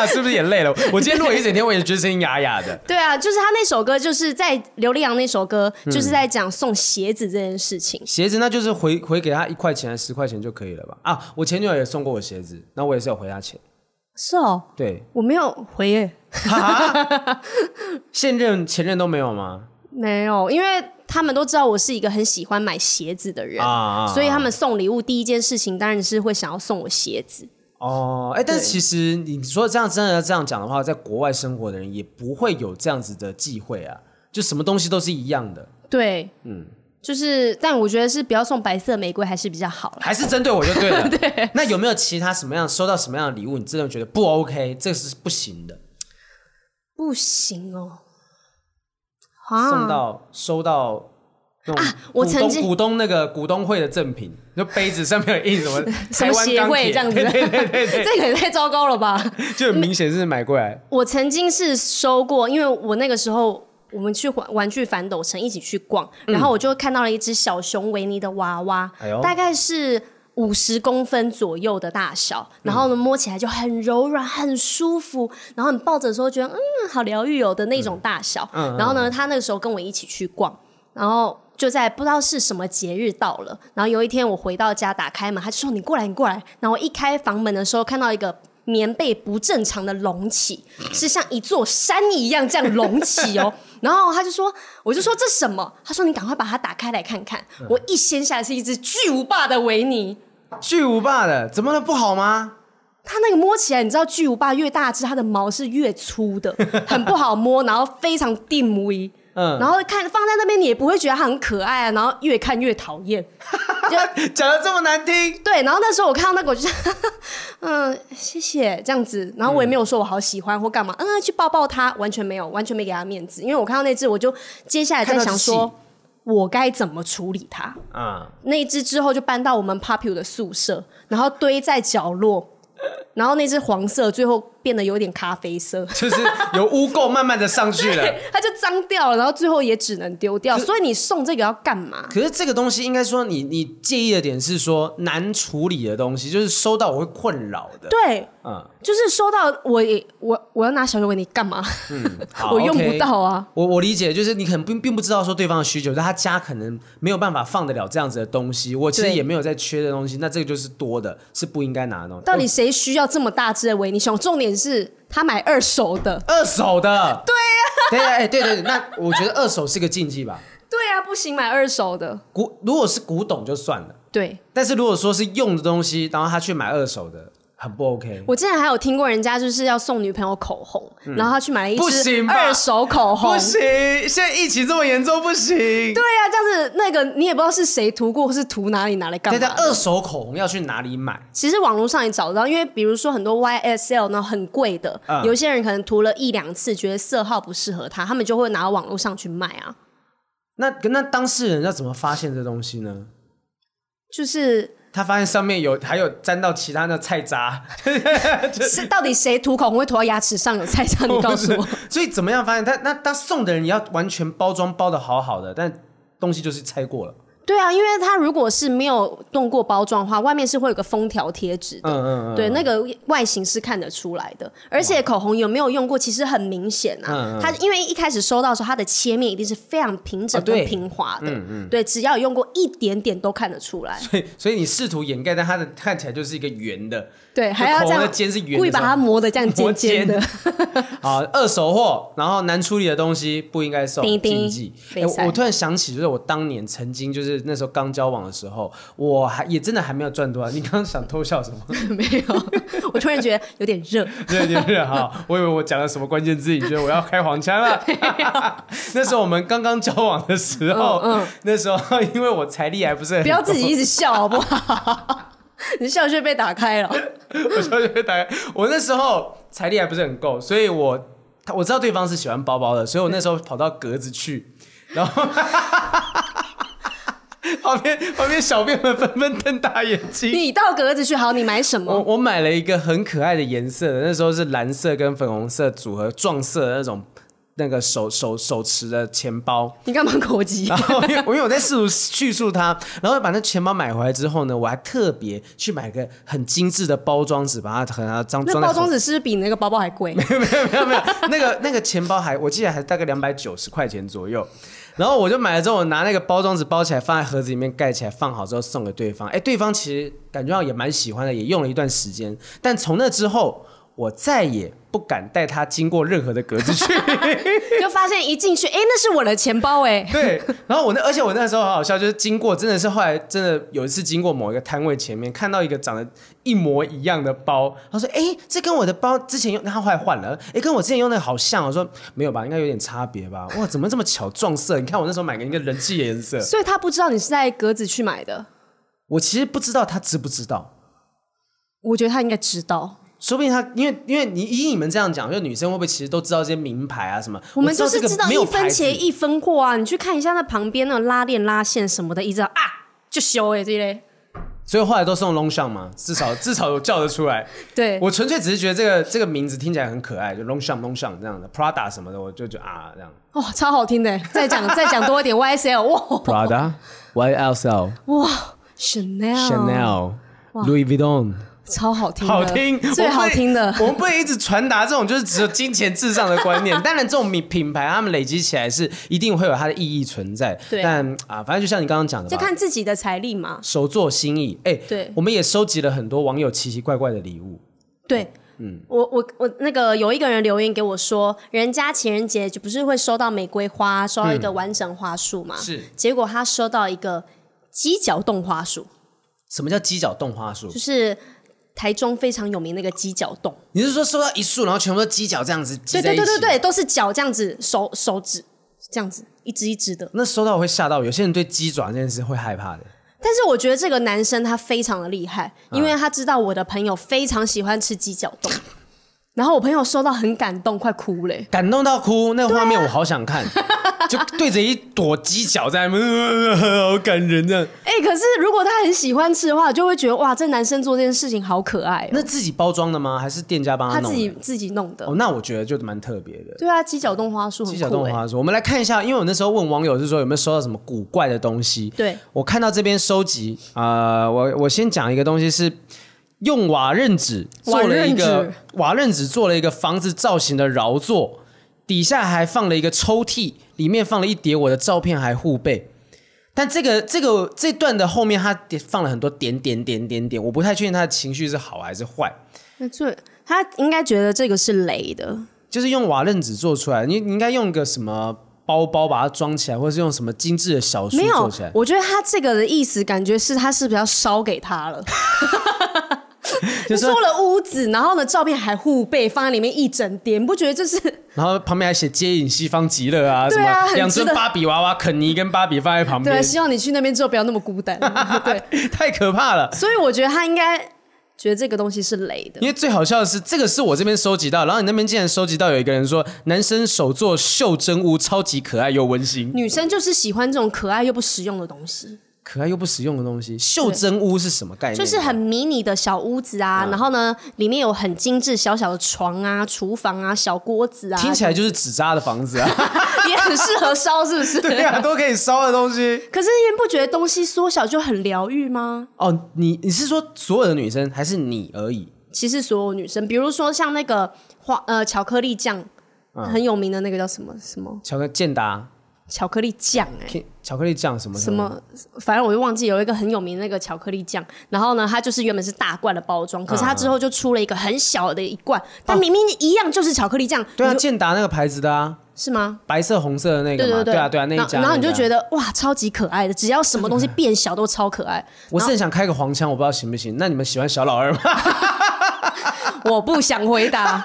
是不是也累了？我今天录了一整天，我也觉得声音哑哑的。对啊，就是他那首歌，就是在刘力扬那首歌，就是在讲送鞋子这件事情。鞋子那就是回回给他一块钱、十块钱就可以了吧？啊，我前女友也送过我鞋子，那我也是有回她钱。是哦，对，我没有回耶，现任、前任都没有吗？没有，因为他们都知道我是一个很喜欢买鞋子的人，啊啊啊所以他们送礼物第一件事情当然是会想要送我鞋子。哦，哎、但是其实你说这样真的要这样讲的话，在国外生活的人也不会有这样子的忌讳啊，就什么东西都是一样的，对，嗯，就是，但我觉得是不要送白色玫瑰还是比较好啦。还是针对我就 对了。对，那有没有其他什么样收到什么样的礼物，你真的觉得不 OK，这是不行的？不行哦，送啊，到收到那种我股曾东经股东那个股东会的赠品，就杯子上面有印什 么什台么湾协钢会铁这样子， 对对对对对，这个也太糟糕了吧！就很明显是买过来。我曾经是收过，因为我那个时候我们去玩玩具反斗城一起去逛，然后我就看到了一只小熊维尼的娃娃，嗯哎呦大概是。五十公分左右的大嗯小，然后呢摸起来就很柔软、很舒服，然后你抱着的时候觉得嗯好疗愈哦的那嗯种大小。然后呢，他那个时候跟我一起去逛，然后就在不知道是什么节日到了，然后有一天我回到家打开门，他就说你过来，你过来。然后我一开房门的时候，看到一个棉被不正常的隆起，是像一座山一样这样隆起哦。然后他就说，我就说这什么？他说你赶快把它打开来看看。我一掀下来是一只巨无霸的维尼。巨无霸的怎么了？不好吗？它那个摸起来，你知道巨无霸越大只，它的毛是越粗的，很不好摸，然后非常定无疑。嗯然后看放在那边，你也不会觉得它很可爱啊，然后越看越讨厌。就 讲的这么难听，对，然后那时候我看到那个，我就 嗯，谢谢这样子，然后我也没嗯有说我好喜欢或干嘛，嗯，去抱抱它，完全没有，完全没给它面子，因为我看到那只，我就接下来在想看到就说，我该怎么处理它。啊、那一只之后就搬到我们 Papu 的宿舍，然后堆在角落，然后那只黄色最后变得有点咖啡色， 就是由污垢慢慢的上去了。它就脏掉了，然后最后也只能丢掉。所以你送这个要干嘛？ 可是这个东西应该说你你介意的点是说难处理的东西，就是收到我会困扰的。对，嗯，就是收到我也我我要拿小熊维尼干嘛？嗯 好我用 OK 不到啊。我我理解，就是你可能并并不知道说对方的需求，但他家可能没有办法放得了这样子的东西。我其实对也没有在缺的东西，那这个就是多的，是不应该拿的东西。到底谁需要这么大只的维尼熊？重点是他买二手的。二手的？ 对呀、对呀、哎，对对对，那我觉得二手是个禁忌吧。对啊，不行，买二手的。古如果是古董就算了，对但是如果说是用的东西，然后他去买二手的，很不 OK。我之前还有听过人家就是要送女朋友口红，然后他去买了一嗯不支行吧二手口红，不行，现在疫情这么严重，不行。对呀、这样子那个你也不知道是谁涂过，或是涂哪里拿来干嘛对，的但二手口红要去哪里买？其实网络上也找得到，因为比如说很多 YSL 呢很贵的，嗯有一些人可能涂了一两次，觉得色号不适合他，他们就会拿到网络上去卖啊。那那当事人要怎么发现这东西呢？就是 他发现上面有还有沾到其他的菜渣，是到底谁涂口红会涂到牙齿上有菜 渣？你告 诉我， 所以怎么样发现他？那他送的人也要完全包装包的好好的，但东西就是拆过了。 对啊，因为它如果是没有动过包装的话，外面是会有个封条贴纸的。嗯嗯嗯，对，那个外形是看得出来的，而且口红有没有用过，其实很明显嗯啊嗯。它因为一开始收到的时候，它的切面一定是非常平整哦对嗯跟平滑的，对，只要有用过一点点都看得出来。所以所以你试图掩盖，但它的看起来就是一个圆的。对，还要口这红样的尖是圆的故意把它磨的这样磨尖尖的。好，啊二手货，然后难处理的东西不应该送，叮叮禁忌。被哎塞我突然想起，就是我当年曾经，就是那时候刚交往的时候，我还也真的还没有赚多少。啊你刚刚想偷笑什么？ 没有，我突然觉得有点热。 对对对，好，我以为我讲了什么关键字，你觉得我要开黄腔了？ 那时候我们刚刚交往的时候，嗯嗯那时候因为我财力还不是很，不要自己一直笑好不好？ 你笑穴被打开了，我小学打开，我那时候财力还不是很够，所以我他我知道对方是喜欢包包的，所以我那时候跑到格子去， 然后 旁边旁边小便们纷纷瞪大眼睛。你到格子去，好，你买什我么？我买了一个很可爱的颜色的，那时候是蓝色跟粉红色组合撞色的那种那个手手手持的钱包。 你干嘛口急然？后因为我因为我在试图叙述它，然后把那钱包买回来之后呢，我还特别去买个很精致的包装纸，把它和它 装那装在包装盒纸是不是比你那个包包还贵？ 没有没有，那个那个钱包还我记得还大概两百九十块钱左右。然后我就买了之后，我拿那个包装纸包起来，放在盒子里面盖起来，放好之后送给对方。哎，对方其实感觉到也蛮喜欢的，也用了一段时间。但从那之后，我再也不敢带他经过任何的格子去。就发现一进去，哎、那是我的钱包哎、 对，然后我那，而且我那时候好好笑，就是经过，真的是后来真的有一次经过某一个摊位前面，看到一个长得一模一样的包，他说：“哎、这跟我的包之前用，他后来换了，哎、跟我之前用的好像哦。”我说：“没有吧，应该有点差别吧？哇，怎么这么巧撞色？你看我那时候买个一个人气颜色，所以他不知道你是在格子去买的。 我其实不知道他知不知道。”我觉得他应该知道，说不定他，因为因为你以你们这样讲，就女生会不会其实都知道这些名牌啊什么？我们就这是个知道没有一分牌子钱一分货啊。你去看一下那旁边那种拉链、拉线什么的，一知道啊就修哎、这类。所以后来都送 long shot 嘛，至少至少我叫得出来。对，我纯粹只是觉得这个这个名字听起来很可爱，就 Long Shang Long Shang 这样的 Prada 什么的，我就觉得啊这样。哇、超好听的欸！再讲再讲多一点 YSL，哇 Prada、YSL、哇，Chanel、 Chanel、Louis Vuitton，超好听的，好听，最好听的我们不。能我们不能一直传达这种就是只有金钱至上的观念。当 然，这种品品牌他们累积起来是一定会有它的意义存在。对但啊，反正就像你刚刚讲的就吧，看自己的财力嘛。手作心意。哎，对我们也收集了很多网友奇奇怪怪的礼物。对，嗯，我我我那个有一个人留言给我说，人家情人节就不是会收到玫瑰花，收到一个完整花束嘛、嗯是结果他收到一个鸡脚冻花束，什么叫犄角动花束就？是台中非常有名那个鸡脚冻。你是说收到一束，然后全部都犄角这样子对挤在对一起？对对对，都是脚这样子，手手指这样子一只一只的。那收到会吓到，有些人对鸡爪这件事会害怕的。但是我觉得这个男生他非常的厉害，因嗯为他知道我的朋友非常喜欢吃鸡脚冻， 然后我朋友收到很感动，快哭嘞。感动到哭，那个画面我好想 看，就对着一朵鸡脚在那边， 呃好感人这样。哎、可是如果他很喜欢吃的话，就会觉得哇，这男生做这件事情好可爱、哦那自己包装的吗？还是店家帮他弄自己的？自己弄的。哦，那我觉得就蛮特别的。对啊，鸡脚冻花束很鸡酷、脚动哎花说，我们来看一下，因为我那时候问网友是说有没有收到什么古怪的东西。对，我看到这边收集，啊，我我先讲一个东西是用瓦楞纸做了一瓦个楞瓦楞纸做了一个房子造型的饶座，底下还放了一个抽屉，里面放了一叠我的照片还护背。但这个这个这段的后面，他点放了很多点点点点点，我不太确定他的情绪是好还是坏。那最他应该觉得这个是雷的，就是用瓦楞纸做出来，你你应该用个什么包包把它装起来，或是用什么精致的小书没有做起来，。我觉得他这个的意思，感觉是他是不是要烧给他 了？就是收了屋子，然后呢，照片还护背放在里面一整叠，你不觉得 这是然后旁边还写接引西方极乐啊，什对啊很么值两尊得芭比娃娃、肯尼跟芭比放在旁对啊？啊边，希望你去那边之后不要那么孤 单。对，太可怕了。所以我觉得他应该觉得这个东西是雷的因。为最好笑的是，这个是我这边收集到，然后你那边竟然收集到有一个人说，男生手做袖珍屋超级可爱又温馨，女生就是喜欢这种可爱又不实用的东西，可爱又不实用的东西。袖珍屋是什么概念？就啊是很迷你的小屋子啊，嗯然后呢，里面有很精致小小的床啊、厨房啊、小锅子啊，听起来就是纸扎的房子 啊，也很适合烧，是不是？ 对啊，都可以烧的东西。可是你们不觉得东西缩小就很疗愈吗？哦，你你是说所有的女生还是你而已？其实所有女生，比如说像那个花呃巧克力酱，嗯很有名的那个叫什么什么巧克健达、巧克力酱哎、 King- 巧克力酱什么什么，反正我就忘记有一个很有名的那个巧克力酱，然后呢，它就是原本是大罐的包装，可是嗯它之后就出了一个很小的一罐，但明明一样就是巧克力酱，哦对啊，你就，健达那个牌子的啊，是吗？白色红色的那个对嘛，对对啊对啊那一然家，后然后你就那一家觉得哇，超级可爱的，只要什么东 西变小都超可 爱。我是很想开个黄腔，我不知道行不行。那你们喜欢小老二吗？ 我不想回 答，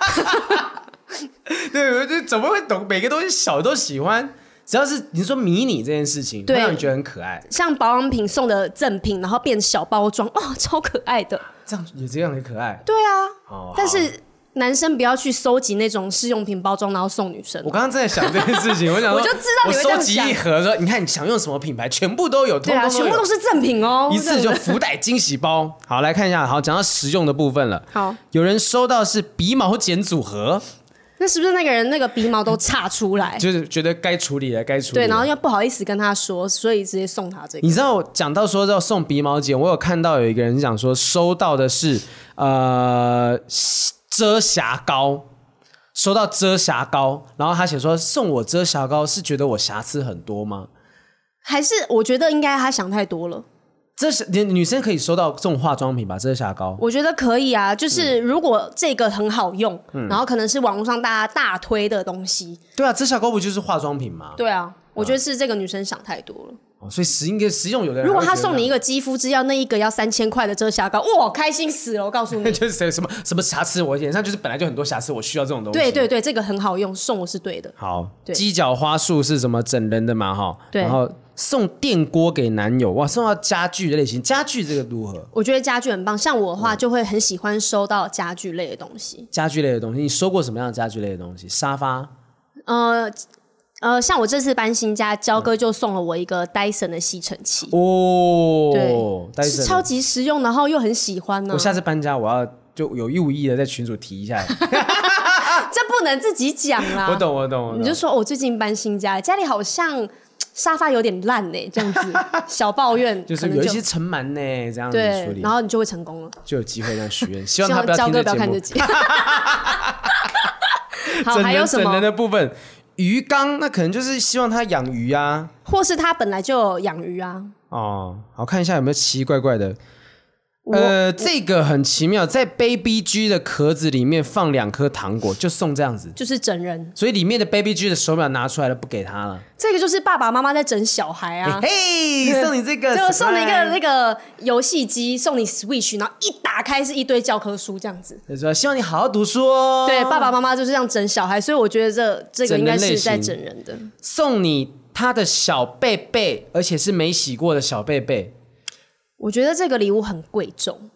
对，我就怎么会懂？每个东西小都喜欢，只要是你说迷你这件事情，会对让你觉得很可爱，像保养品送的赠品，然后变小包装，哦，超可爱的。这样也这样很可爱。对啊，哦，但好是男生不要去收集那种试用品包装，然后送女生我。刚刚正在想这件事情，我想我说就知道你会这我样收集一盒，说你看你想用什么品牌，全部都有，对啊，通全通部有都是赠品哦，一次就这样子福袋惊喜包。好，来看一下，好，讲到实用的部分了。 好。有人收到是鼻毛剪组合，那是不是那个人那个鼻毛都岔出 来？就是觉得该处理了，该处理了。对，然后又不好意思跟他说，所以直接送他这个。你知道讲到说要送鼻毛剪，我有看到有一个人讲说收到的是呃遮瑕膏，收到遮瑕膏，然后他写说送我遮瑕膏是觉得我瑕疵很多吗？还是我觉得应该他想太多了。这是女女生可以收到这种化妆品吧？遮瑕膏，我觉得可以啊，就是嗯如果这个很好用，然后可能是网络上大家大推的东西，对啊，遮瑕膏不就是化妆品吗？对啊，我觉得是这个女生想太多了。哦所以实应该实用有的人如果他还会觉得送你一个肌肤之钥，那一个要三千块的遮瑕膏，哇，开心死了！我告诉 你，就是谁什么什么瑕疵，我脸上就是本来就很多瑕疵，我需要这种东西。对对对，这个很好用，送我是对的。好，对鸡脚花束是什么整人的嘛哈？对然后送电锅给男友，哇，送到家具的类型，家具这个如何？我觉得家具很棒，像我的嗯话就会很喜欢收到家具类的东西。家具类的东西，你收过什么样的家具类的东西？沙发，呃呃，像我这次搬新家，焦哥就送了我一个 Dyson 的吸尘器，哦，戴是森超级实用，然后又很喜欢呢、我下次搬家，我要就有意无意的在群主提 一下。这不能自己讲啦，我，懂，我懂，我你就懂。说、哦我最近搬新家，家里好像沙发有点烂呢、这样子小抱怨， 就可是能有一些尘螨呢，这样子处对，理然，后你就会成功了。就有机会让许愿。希希望他望不要焦听哥这不要节看目这。集。 好，整哦还有人什整人么？的部分，鱼缸那可能就是希望他养鱼啊，或是他本来就有养鱼啊？哦，好看一下有没有奇奇怪怪的。呃，这个很奇妙，在 Baby G 的壳子里面放两颗糖果，就送这样子。就是整人，所以里面的 Baby G 的手表拿出来了，不给他了。这个就是爸爸妈妈在整小孩啊。 嘿，送你这个，就送你一个哎 surprise 那个游戏机，送你 Switch，然后一打开是一堆教科书这样子。他说希望你好好读书哦。对，爸爸妈妈就是这样整小孩，所以我觉得这这个应该是在整人的。送你他的小贝贝，而且是没洗过的小贝贝。我觉得这个礼物很贵重，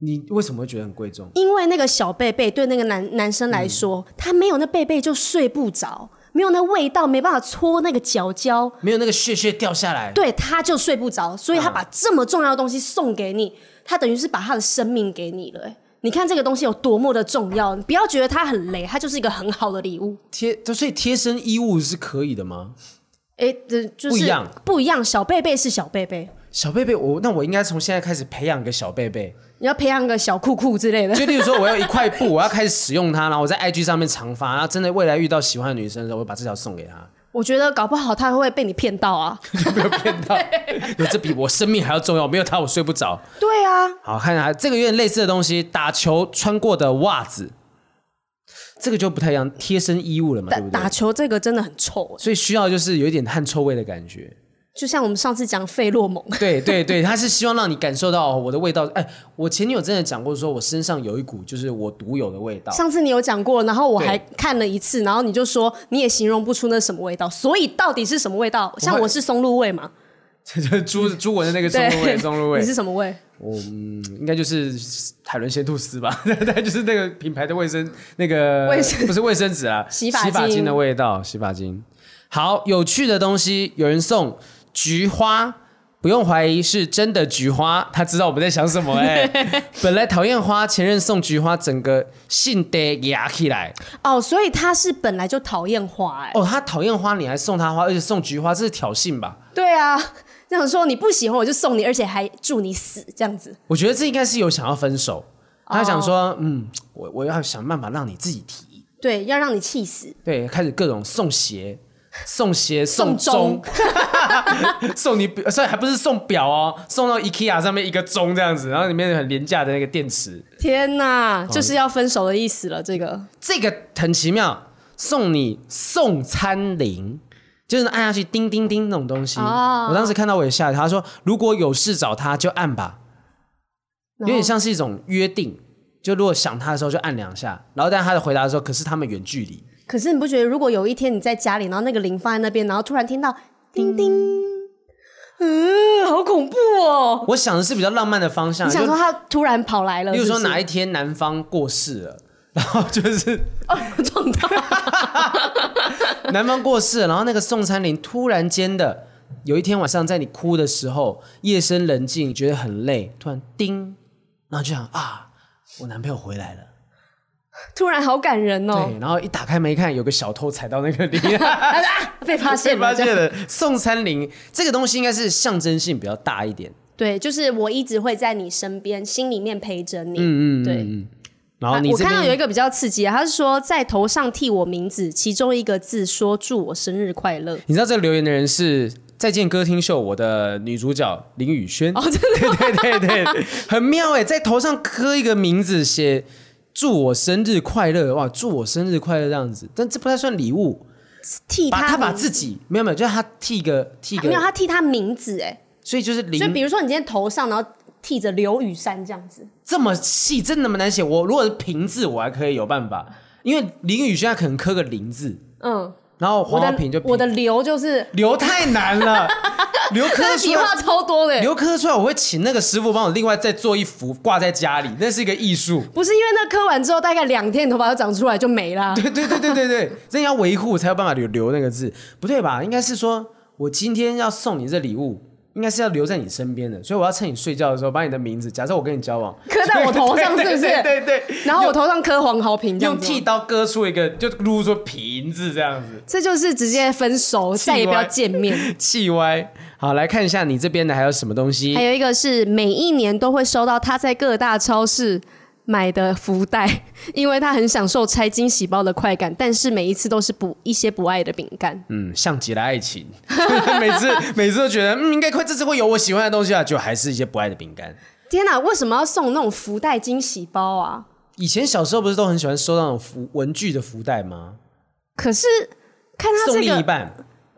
你为什么会觉得很贵重？因为那个小贝贝对那个男男生来说，他没有那贝贝就睡不着，没有那味道没办法搓那个脚胶，没有那个屑屑掉下来，对他就睡不着，所以他把这么重要的东西送给你，他等于是把他的生命给你了、欸你看这个东西有多么的重要，你不要觉得它很累，它就是一个很好的礼物。贴，所以贴身衣物是可以的吗？哎，这就是不一样，不一样。小贝贝是小贝贝，小贝贝，我那我应该从现在开始培养一个小贝贝。你要培养个小酷酷之类的。就例如说，我要一块布，我要开始使用它，然后我在 IG 上面常发，然后真的未来遇到喜欢的女生的时候，我会把这条送给她。我觉得搞不好他会被你骗到啊。有这比我生命还要重要，没有它我睡不着。对啊，好看一下这个有点类似的东西，打球穿过的袜子，这个就不太一样，贴身衣物了嘛，打对不对打？球这个真的很臭、欸，所以需要就是有一点汗臭味的感觉。就像我们上次讲费洛蒙， 对对对，他是希望让你感受到我的味道。哎，我前女友真的讲过，说我身上有一股就是我独有的味道。上次你有讲过，然后我还对看了一次，然后你就说你也形容不出那是什么味道，所以到底是什么味道？像我是松露味嘛， 就是朱朱文的那个松对露味，松露 味你，是什么味？我、嗯、应该就是海伦仙吐司吧， 对，就是那个品牌的卫生那个卫生不是卫生纸啊，洗发发精精的味道，洗发精。好，有趣的东西，有人送菊花，不用怀疑是真的菊花，他知道我们在想什么 哎、本来讨厌花，前任送菊花，整个性得压起来。哦，所以他是本来就讨厌花、欸，哦，他讨厌花，你还送他花，而且送菊花，这是挑衅吧？对啊，这样说你不喜欢我就送你，而且还祝你死这样子。我觉得这应该是有想要分手，他想说，嗯，我我要想办法让你自己提。对，要让你气死，对，开始各种送鞋、送鞋、送 送钟、送你，所以还不是送表哦，送到 IKEA 上面一个钟这样子，然后里面很廉价的那个电池，天哦哪，就是要分手的意思了。这个这个很奇妙，送你送餐铃。就是按下去叮叮叮那种东西哦我当时看到我也吓一跳。他说如果有事找他就按吧，然有后点像是一种约定。就如果想他的时候就按两下，然后但他的回答说可是他们远距离，可是你不觉得，如果有一天你在家里，然后那个铃放在那边，然后突然听到叮叮，嗯，好恐怖哦！我想的是比较浪漫的方向。你想啊就说他突然跑来了，例如说是不是哪一天男方过世了，然后就是哦撞到， 男方过世了，然后那个送餐铃突然间的，有一天晚上在你哭的时候，夜深人静，觉得很累，突然叮，然后就想啊，我男朋友回来了。 突然好感人哦！对，然后一打开门一看，有个小偷踩到那 个铃，他 说啊， 被发现被了，发这现样了。送餐铃这个东西应该是象征性比较大一点。对，就是我一直会在你身边，心里面陪着你。嗯嗯，对嗯嗯然后啊你我这看到有一边个比较刺激啊，他是说在头上剃我名字，其中一个字说祝我生日快乐。你知道这个留言的人是《再见歌厅秀》我的女主角林宇轩哦，真的，对对对对，很 妙哎，在头上刻一个名字，写祝我生日快乐哇，祝我生日快乐这样子，但这不太算礼物，替把他把名字啊自己没有没有，就是他剃个剃没有个，他替他名字哎，所以就是就零比如说你今天头上然后剃着刘雨山这样子，这么细，真的那么难写。我如果是平字，我还可以有办法，因为林宇轩他可能刻个林字，嗯，然后我黄浩平就的我的刘 就是刘太难 了，刘那科出笔画来。超多的欸。刘科出来，我会请那个师傅帮我另外再做一幅挂在家里，那是一个艺术。 不是因为那磕完之后，大概两天你头发就长出来就没啦。对对对对对对，真的要维护才有办法留留那个字，不对吧？应该是说我今天要送你这礼物，应该是要留在你身边的，所以我要趁你睡觉的时候把你的名字，假设我跟你交 往，刻在我头上是不是对对对对 然后我头上磕黄豪平这样用子剃吗，刀割出一个，就撸出瓶子这样子，这就是直接分手，再也不要见面。气歪。好，来看一下你这边的还有什么东还西？有一个是每一年都会收到他在各大超市买的福袋，因为他很享受拆惊喜包的快感，但是每一次都是补一些不爱的饼干。嗯，像极了爱情， 每次每次都觉得嗯，应该快这次会有我喜欢的东西啊，就还是一些不爱的饼干。天哪、为什么要送那种福袋惊喜包啊？以前小时候不是都很喜欢收那种福文具的福袋吗？可是看他送这另一个，半，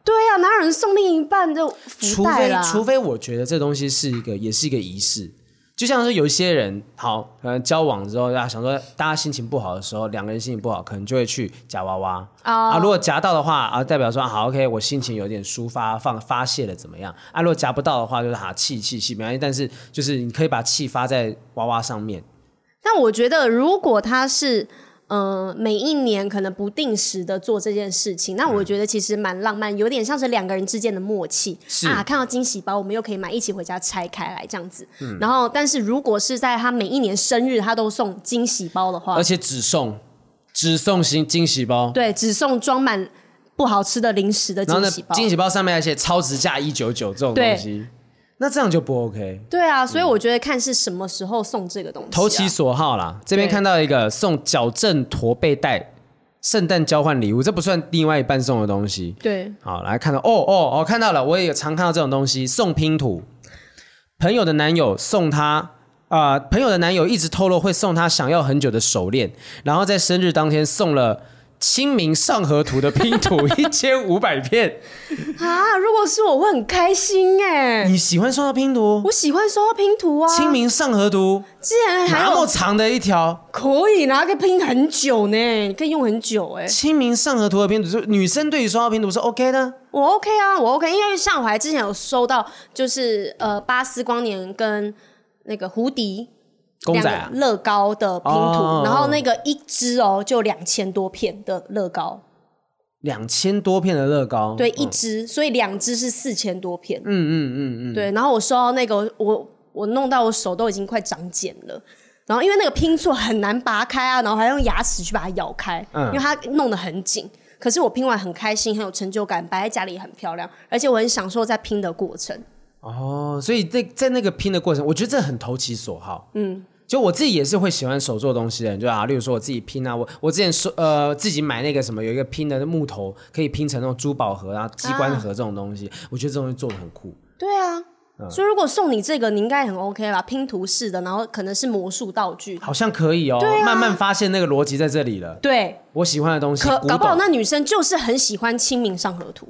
对啊，哪有人送另一半的除福袋非啦？除非我觉得这东西是一个，也是一个仪式。就像是有一些人，好，可能交往之后，大家想说，大家心情不好的时候，两个人心情不好，可能就会去夹娃娃、哦啊。如果夹到的话啊，代表说好，OK，我心情有点抒发、放发泄了，怎么样？啊，如果夹不到的话，就是哈气气气，没关系。但是就是你可以把气发在娃娃上面，但我觉得，如果他是嗯、呃每一年可能不定时的做这件事情，那嗯我觉得其实蛮浪漫，有点像是两个人之间的默契是啊。看到惊喜包，我们又可以买，一起回家拆开来这样子。嗯然后，但是如果是在他每一年生日，他都送惊喜包的话而，且只送只送新惊喜包，哦对，只送装满不好吃的零食的然惊后呢喜包，。惊喜包上面还写超值价一九九这种对东西，那这样就不 OK。对啊，所以嗯我觉得看是什么时候送这个东西、啊。投其所好啦。这边对看到一个送矫正驼背带，圣诞交换礼物，这不算另外一半送的东西。对，好，来看到哦哦哦，看到了，我也有常看到这种东西，送拼图。朋友的男友送她啊、朋友的男友一直透露会送她想要很久的手链，然后在生日当天送了《清明上河图》的拼 图一千五百片。啊！如果是我，我会很开心哎、你喜欢收到拼图？我喜欢收到拼图啊，清明上河图，之前还那有么长的一条，可以拿个拼很久呢，可以用很久哎、清明上河图的拼图，就女生对于收到拼图是 OK 的。我 OK 啊，我 OK，因为像我还之前有收到，就是呃巴斯光年跟那个胡迪公仔两啊个，乐高的拼图，哦然后那个一只哦就两千多片的乐高，两千多片的乐高，对，一只，所以两只是四千多片，嗯嗯嗯嗯，对，然后我收到那个，我我弄到我手都已经快长茧了。然后因为那个拼错很难拔开啊，然后还用牙齿去把它咬开，嗯因为它弄得很紧。可是我拼完很开心，很有成就感，摆在家里也很漂亮，而且我很享受在拼的过程。哦，所以在在那个拼的过程，我觉得这很投其所好，嗯。就我自己也是会喜欢手做东西的人，就啊，例如说我自己拼啊，我我之前说呃自己买那个什么有一个拼的木头，可以拼成那种珠宝盒啊、机关盒这种东西，我觉得这东西做的很酷。对啊，嗯所以如果送你这个，你应该很 OK 吧？拼图式的，然后可能是魔术道具，好像可以哦，啊慢慢发现那个逻辑在这里了。对，我喜欢的东西，可古搞不好董那女生就是很喜欢《清明上河图》，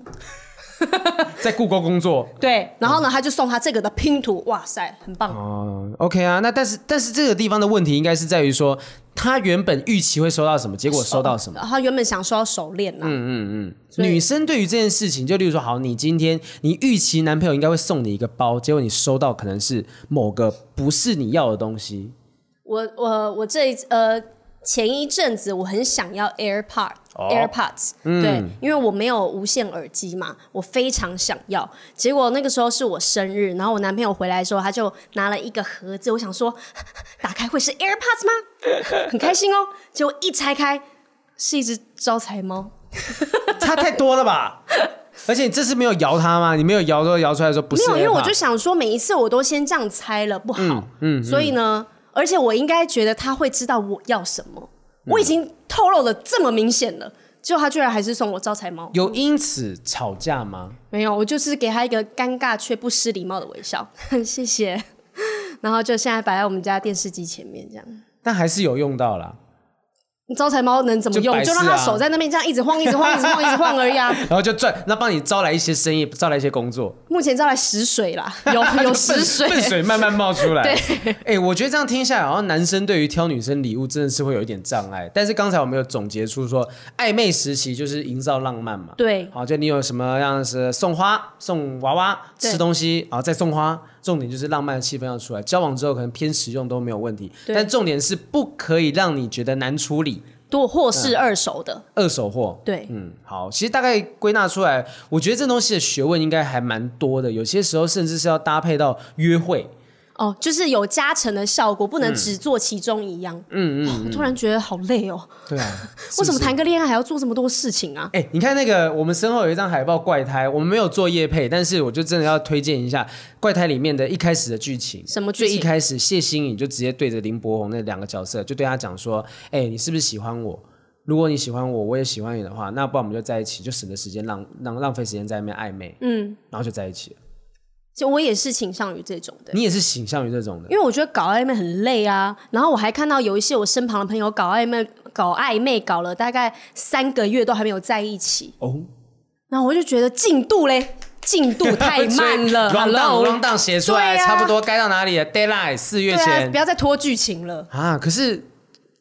在故宫工作，对，然后呢，她就送她这个的拼图，哇塞，很棒，哦，OK 啊，那但是但是这个地方的问题应该是在于说，他原本预期会收到什么，结果收到什么。然后原本想收到手链啊呐、所以女生对于这件事情，就例如说，好，你今天你预期男朋友应该会送你一个包，结果你收到可能是某个不是你要的东西。我我我这一次呃前一阵子我很想要 AirPod、AirPods，、对，因为我没有无线耳机嘛，我非常想要。结果那个时候是我生日，然后我男朋友回来的时候，他就拿了一个盒子，我想说打开会是 AirPods 吗？很开心哦。结果一拆开是一只招财猫，差太多了吧？ 而且你这次没有摇它吗？你没有摇都摇出来说不没是 AirPod，有，因为我就想说每一次我都先这样猜了不好，嗯所以呢，而且我应该觉得他会知道我要什么，嗯我已经透露的这么明显了，结果他居然还是送我招财猫，有因此吵架吗？没有，我就是给他一个尴尬却不失礼貌的微笑， 谢谢，然后就现在摆在我们家电视机前面这样。但还是有用到啦。招财猫能怎么用？就摆就饰啊让他手在那边这样一直晃，一直晃，一直晃，一直晃而已 啊！然后就赚，那帮你招来一些生意，招来一些工作。目前招来十水啦，有有十水， 粪水慢慢冒出来。对，哎、我觉得这样听下来，好像男生对于挑女生礼物真的是会有一点障碍。但是刚才我们有总结出说，暧昧时期就是营造浪漫嘛。对好，就你有什么样是送花、送娃娃、对吃东西，然后再送花，重点就是浪漫的气氛要出来。交往之后可能偏实用都没有问题，对但重点是不可以让你觉得难处理。多或是二手的，二手货，对嗯，好，其实大概归纳出来，我觉得这东西的学问应该还蛮多的，有些时候甚至是要搭配到约会，哦，就是有加成的效果，不能只做其中一样。嗯嗯、我突然觉得好累哦，对啊， 为什么谈个恋爱还要做这么多事情啊？哎、你看那个，我们身后有一张海报《怪胎》，我们没有做夜配，但是我就真的要推荐一下《怪胎》里面的一开始的剧情。什么剧最情一开始，谢欣颖就直接对着林柏宏那两个角色，就对他讲说：“哎、你是不是喜欢我？如果你喜欢我，我也喜欢你的话，那不然我们就在一起，就省得时间浪浪浪费时间在那边暧昧。”嗯，然后就在一起了。就我也是倾向于这种的。你也是倾向于这种的因为我觉得搞暧昧很累啊，然后我还看到有一些我身旁的朋友搞暧昧，搞暧昧搞了大概三个月都还没有在一起，哦，然后我就觉得进度嘞，进度 太慢了浪荡，Hello，浪荡写出来、对啊差不多该到哪里了？Deadline 四对月啊，前不要再拖剧情了。啊，可是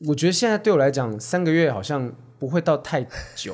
我觉得现在对我来讲，三个月好像不会到太久。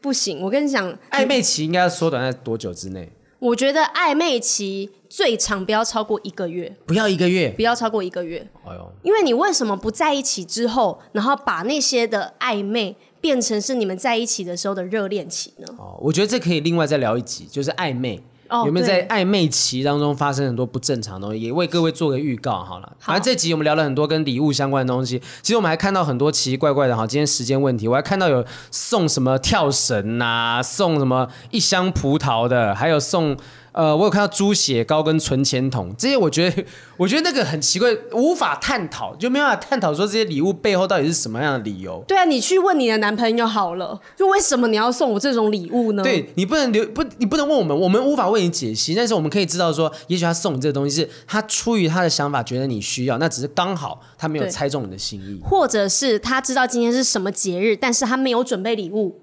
不行，我跟你讲，暧昧期应该要缩短在多久之内？我觉得暧昧期最长不要超过一个月，不要一个月。不要超过一个月。哎呦，因为你为什么不在一起之后，然后把那些的暧昧变成是你们在一起的时候的热恋期呢？哦，我觉得这可以另外再聊一集，就是暧昧。哦有没有在对暧昧期当中发生很多不正常的东西？也为各位做个预告好了。反正这集我们聊了很多跟礼物相关的东西，其实我们还看到很多奇奇怪怪的哈。今天时间问题，我还看到有啊送什么跳绳呐、送什么一箱葡萄的，还有送呃，我有看到猪血糕跟存钱筒这些，我觉得 我觉得那个很奇怪，无法探讨，就没办法探讨说这些礼物背后到底是什么样的理由。对啊，你去问你的男朋友好了，就为什么你要送我这种礼物呢？对你不能留不，你不能问我们，我们无法为你解析。但是我们可以知道说，也许他送你这个东西是他出于他的想法，觉得你需要，那只是刚好他没有对猜中你的心意。或者是他知道今天是什么节日，但是他没有准备礼物，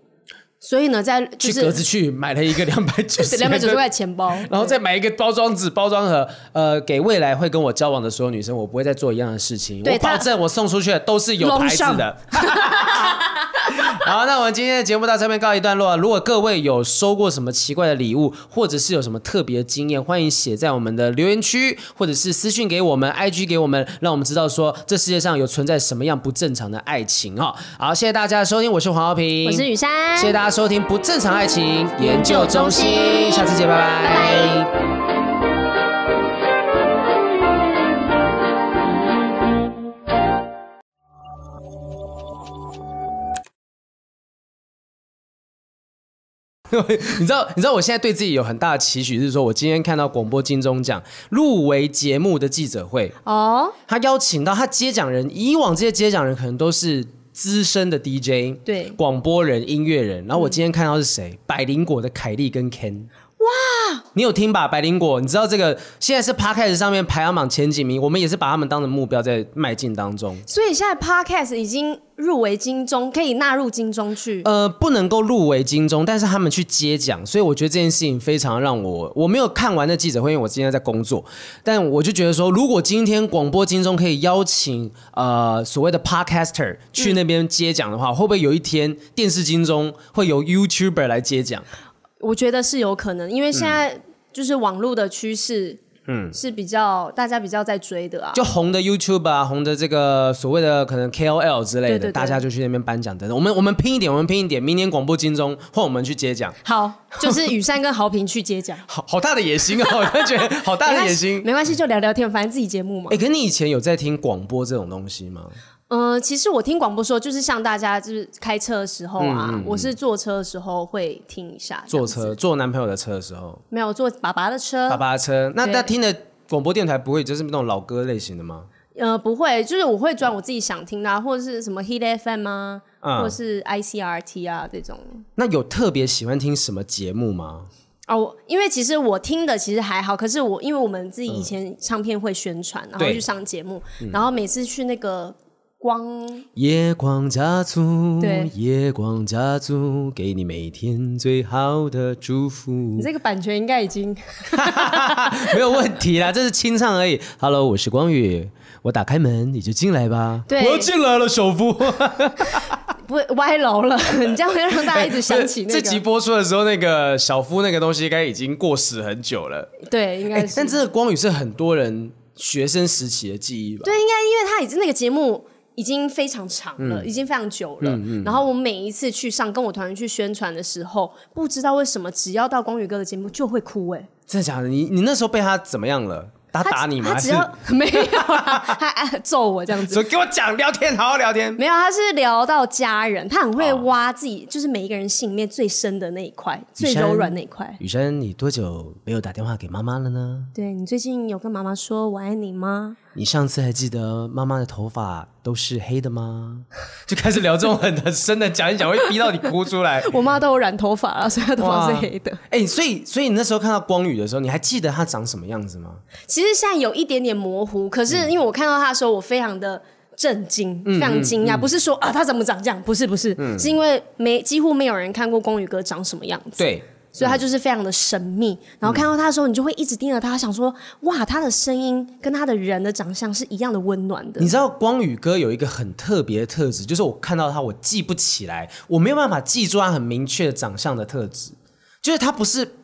所以呢，在就去格子是去买了一个两百九十两百九十块钱包，然后再买一个包装纸、包装盒，呃，给未来会跟我交往的所有女生，我不会再做一样的事情。对我保他证，我送出去的都是有隆牌子上的。好，那我们今天的节目到这边告一段落。如果各位有收过什么奇怪的礼物，或者是有什么特别的经验，欢迎写在我们的留言区，或者是私讯给我们，IG 给我们，让我们知道说这世界上有存在什么样不正常的爱情哈。好，谢谢大家的收听，我是黄浩平，我是雨珊，谢谢大家收听《不正常爱情研究中心》，下次见，拜拜 你知道，你知道我现在对自己有很大的期许，是说我今天看到广播金钟奖入围节目的记者会，哦，他邀请到他接奖人，以往这些接奖人可能都是资深的 DJ，对广播人、音乐人。然后我今天看到是谁，百灵果的凯莉跟 Ken。哇，你有听吧？百灵果，你知道这个现在是 p 开始上面排行榜前几名，我们也是把他们当成目标在迈进当中。所以现在 podcast 已经入围金钟，可以纳入金钟去。呃，不能够入围金钟，但是他们去接奖，所以我觉得这件事情非常让我我没有看完那记者会，因为我今天在工作，但我就觉得说，如果今天广播金钟可以邀请呃所谓的 podcaster 去那边接嗯奖的话，会不会有一天电视金钟会由 YouTuber 来接奖？哦我觉得是有可能，因为嗯现在就是网络的趋势，嗯，是比较大家比较在追的啊。就红的 YouTube 啊，红的这个所谓的可能 KOL 之类对的，对对大家就去那边颁奖等等。我们我们拼一点，我们拼一点，明年广播金钟换我们去接奖， 好，就是雨珊跟豪平去接奖，好好大的野心啊！我就觉得好大的野心。没关系，就聊聊天，反正自己节目嘛哎、。可是你以前有在听广播这种东西吗？嗯、其实我听广播说，就是像大家就是开车的时候啊，我是坐车的时候会听一下。嗯坐车坐男朋友的车的时候，没有坐爸爸的车，爸爸的车，那哦对那听的广播电台不会就是那种老歌类型的吗？呃，不会，就是我会转我自己想听的、啊，或者是什么 Hit FM 啊，嗯或者是 ICRT 啊这种。那有特别喜欢听什么节目吗？哦，我因为其实我听的其实还好，可是我因为我们自己以前唱片会宣传，然后对去上节目，然后每次去那个光，夜光家族对，夜光家族，给你每天最好的祝福你，这个版权应该已 经没有问题啦，这是清唱而已。Hello，我是光宇，我打开门你就进来吧。对我要进来了，首富。不会歪楼了， 你这样会让大家一直想起那 个。这集播出的时候，那个小夫那个东西应该已经过时很久了。对，应该欸是、但真的光宇是很多人学生时期的记忆吧？对，应该因为他已经那个节目已经非常长嗯了，已经非常久了。然后我每一次去上跟我团员去宣传的时候，不知道为什么，只要到光宇哥的节目就会哭哎、欸真的假的？你你那时候被他怎么样了？他打你吗？他只要 没有啦，他啊揍我这样还是子。说给我讲聊天，好好聊天。没有，他是聊到家人，他很会挖自己，就是每一个人心里面最深的那一块，最柔软那一块。雨珊，你多久没有打电话给妈妈了呢？对你最近有跟妈妈说我爱你吗？你上次还记得妈妈的头发都是黑的吗？ 就开始聊这种很很深的，讲一讲会逼到你哭出来。 我妈都有染头发了，所以她头发是哇黑的。哎、所以所以你那时候看到光宇的时候，你还记得他长什么样子吗？其实现在有一点点模糊，可是因为我看到他的时候，我非常的震惊，非常惊讶，不是说啊他怎么长这样，不是不是，是因为没几乎没有人看过公宇哥长什么样子，对，所以他就是非常的神秘。然后看到他的时候，你就会一直盯着他，想说哇，他的声音跟他的人的长相是一样的温暖的你。知道光宇哥有一个很特别的特质，就是我看到他，我记不起来，我没有办法记住他很明确长相的特质，就是他不是，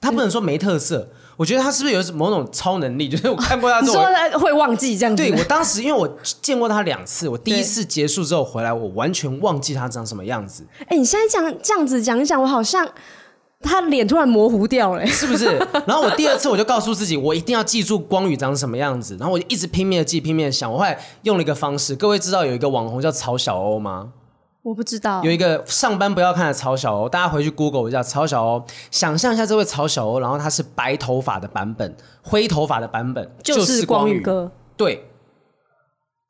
他不能说没特色，我觉得他是不是有某种超能力？就是我看过 他你之后说我。他会忘记这样子？对我当时，因为我见过他两次，我第一次结束之后回来，我完全忘记他长什么样子，哎、你现在讲这样子讲一讲，我好像他脸突然模糊掉了、哎是不是？然后我第二次我就告诉自己，我一定要记住光宇长什么样子，然后我就一直拼命的记，拼命的想。我后来用了一个方式，各位知道有一个网红叫曹小欧吗？ 我不知道有一个上班不要看的曹小欧，大家回去 Google 一下曹小欧，想象一下这位曹小哦欧，然后他是白头发的版本，灰头发的版本就是光宇宇。哥。对，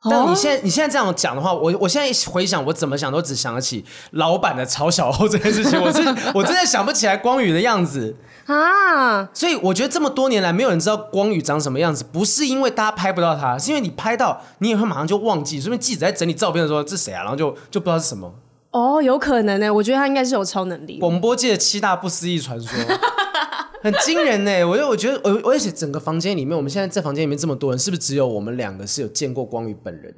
哦但你现在、你现在这样讲的话，我我现在回想，我怎么想都只想得起老板的曹小哦欧这件事情，我真 我真的想不起来光宇的样子。啊，所以我觉得这么多年来，没有人知道光宇长什么样子，不是因为大家拍不到他，是因为你拍到你也会马上就忘记，说明记者在整理照片的时候，这谁啊？然后就就不知道是什么。哦，有可能呢、我觉得他应该是有超能力的。广播界的七大不思 议传说，很惊人呢、我就我觉得，我而且整个房间里面，我们现在在房间里面这么多人，是不是只有我们两个是有见过光宇本人？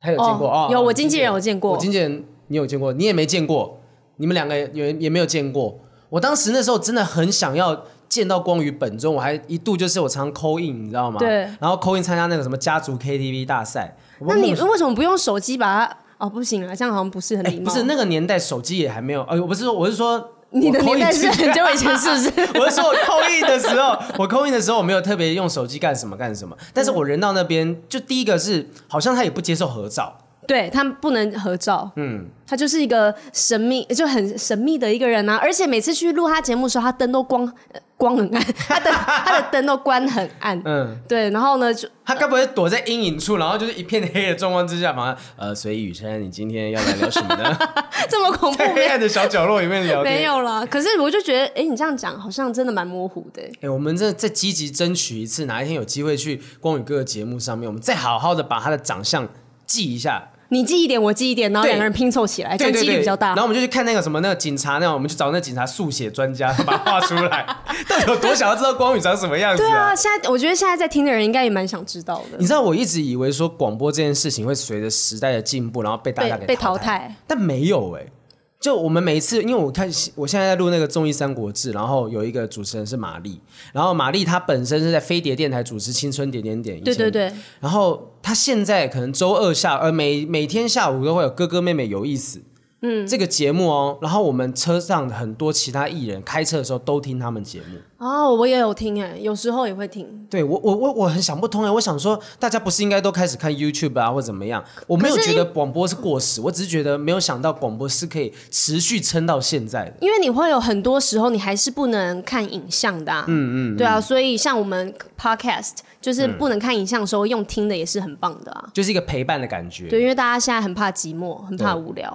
他有见过哦哦，有哦我你经纪人有见过我经纪人你有见过，你也没见过，你们两个也也没有见过。我当时那时候真的很想要见到光宇本尊，我还一度就是我常扣印，你知道吗？对然后扣印参加那个什么家族 KTV 大赛，我那你梦想为什么不用手机把它？哦，不行啊，这样好像不是很礼貌。哎 不是那个年代手机也还没有，呃，我不是说我是说你的我 call 年代 in 是之很久以前，是不是？ 我是说我扣印的时候，我扣印的时候我没有特别用手机干什么干什么，但是我人到那边，就第一个是好像他也不接受合照，对他们不能合照，嗯，他就是一个神秘，就很神秘的一个人啊。而且每次去录他节目的时候，他灯都光呃光很暗， 他的他的灯都关很暗，嗯，对。然后呢，就他该不会躲在阴影处，然后就是一片黑的状况之下，马上呃，所以雨珊，你今天要来聊什么 呢？ 这么恐怖在，黑没暗的小角落里面聊天。没有啦。可是我就觉得，哎、你这样讲好像真的蛮模糊的、哎、我们这再积极争取一次，哪一天有机会去光宇哥的节目上面，我们再好好的把他的长相记一下，你记一点，我记一点，然后对两个人拼凑起来，这对样对几率对，比较大然后。我们就去看那个什么那个警察那种，我们去找那警察速写专家 把它画出来，到底有多想要知道光宇长什么样子、对啊，现在我觉得现在在听的人应该也蛮想知道的你。知道我一直以为说广播这件事情会随着时代的进步，然后被大家被给被淘淘汰，但没有哎、就我们每一次，因为我看我现在在录那个综艺《三国志》，然后有一个主持人是玛丽，然后玛丽她本身是在飞碟电台主持《青春点点点》，对对对，然后他现在可能周二下，呃，每每天下午都会有哥哥妹妹有意思，嗯，这个节目哦。然后我们车上很多其他艺人开车的时候都听他们节目。哦，我也有听哎、有时候也会听。对我，我我我很想不通哎，我想说大家不是应该都开始看 YouTube 啊，或怎么样？我没有可是觉得广播是过时，我只是觉得没有想到广播是可以持续撑到现在的。因为你会有很多时候你还是不能看影像的、啊，嗯嗯，对啊，所以像我们 podcast 就是不能看影像的时候，用听的也是很棒的啊，就是一个陪伴的感觉，对，因为大家现在很怕寂寞，很怕无聊，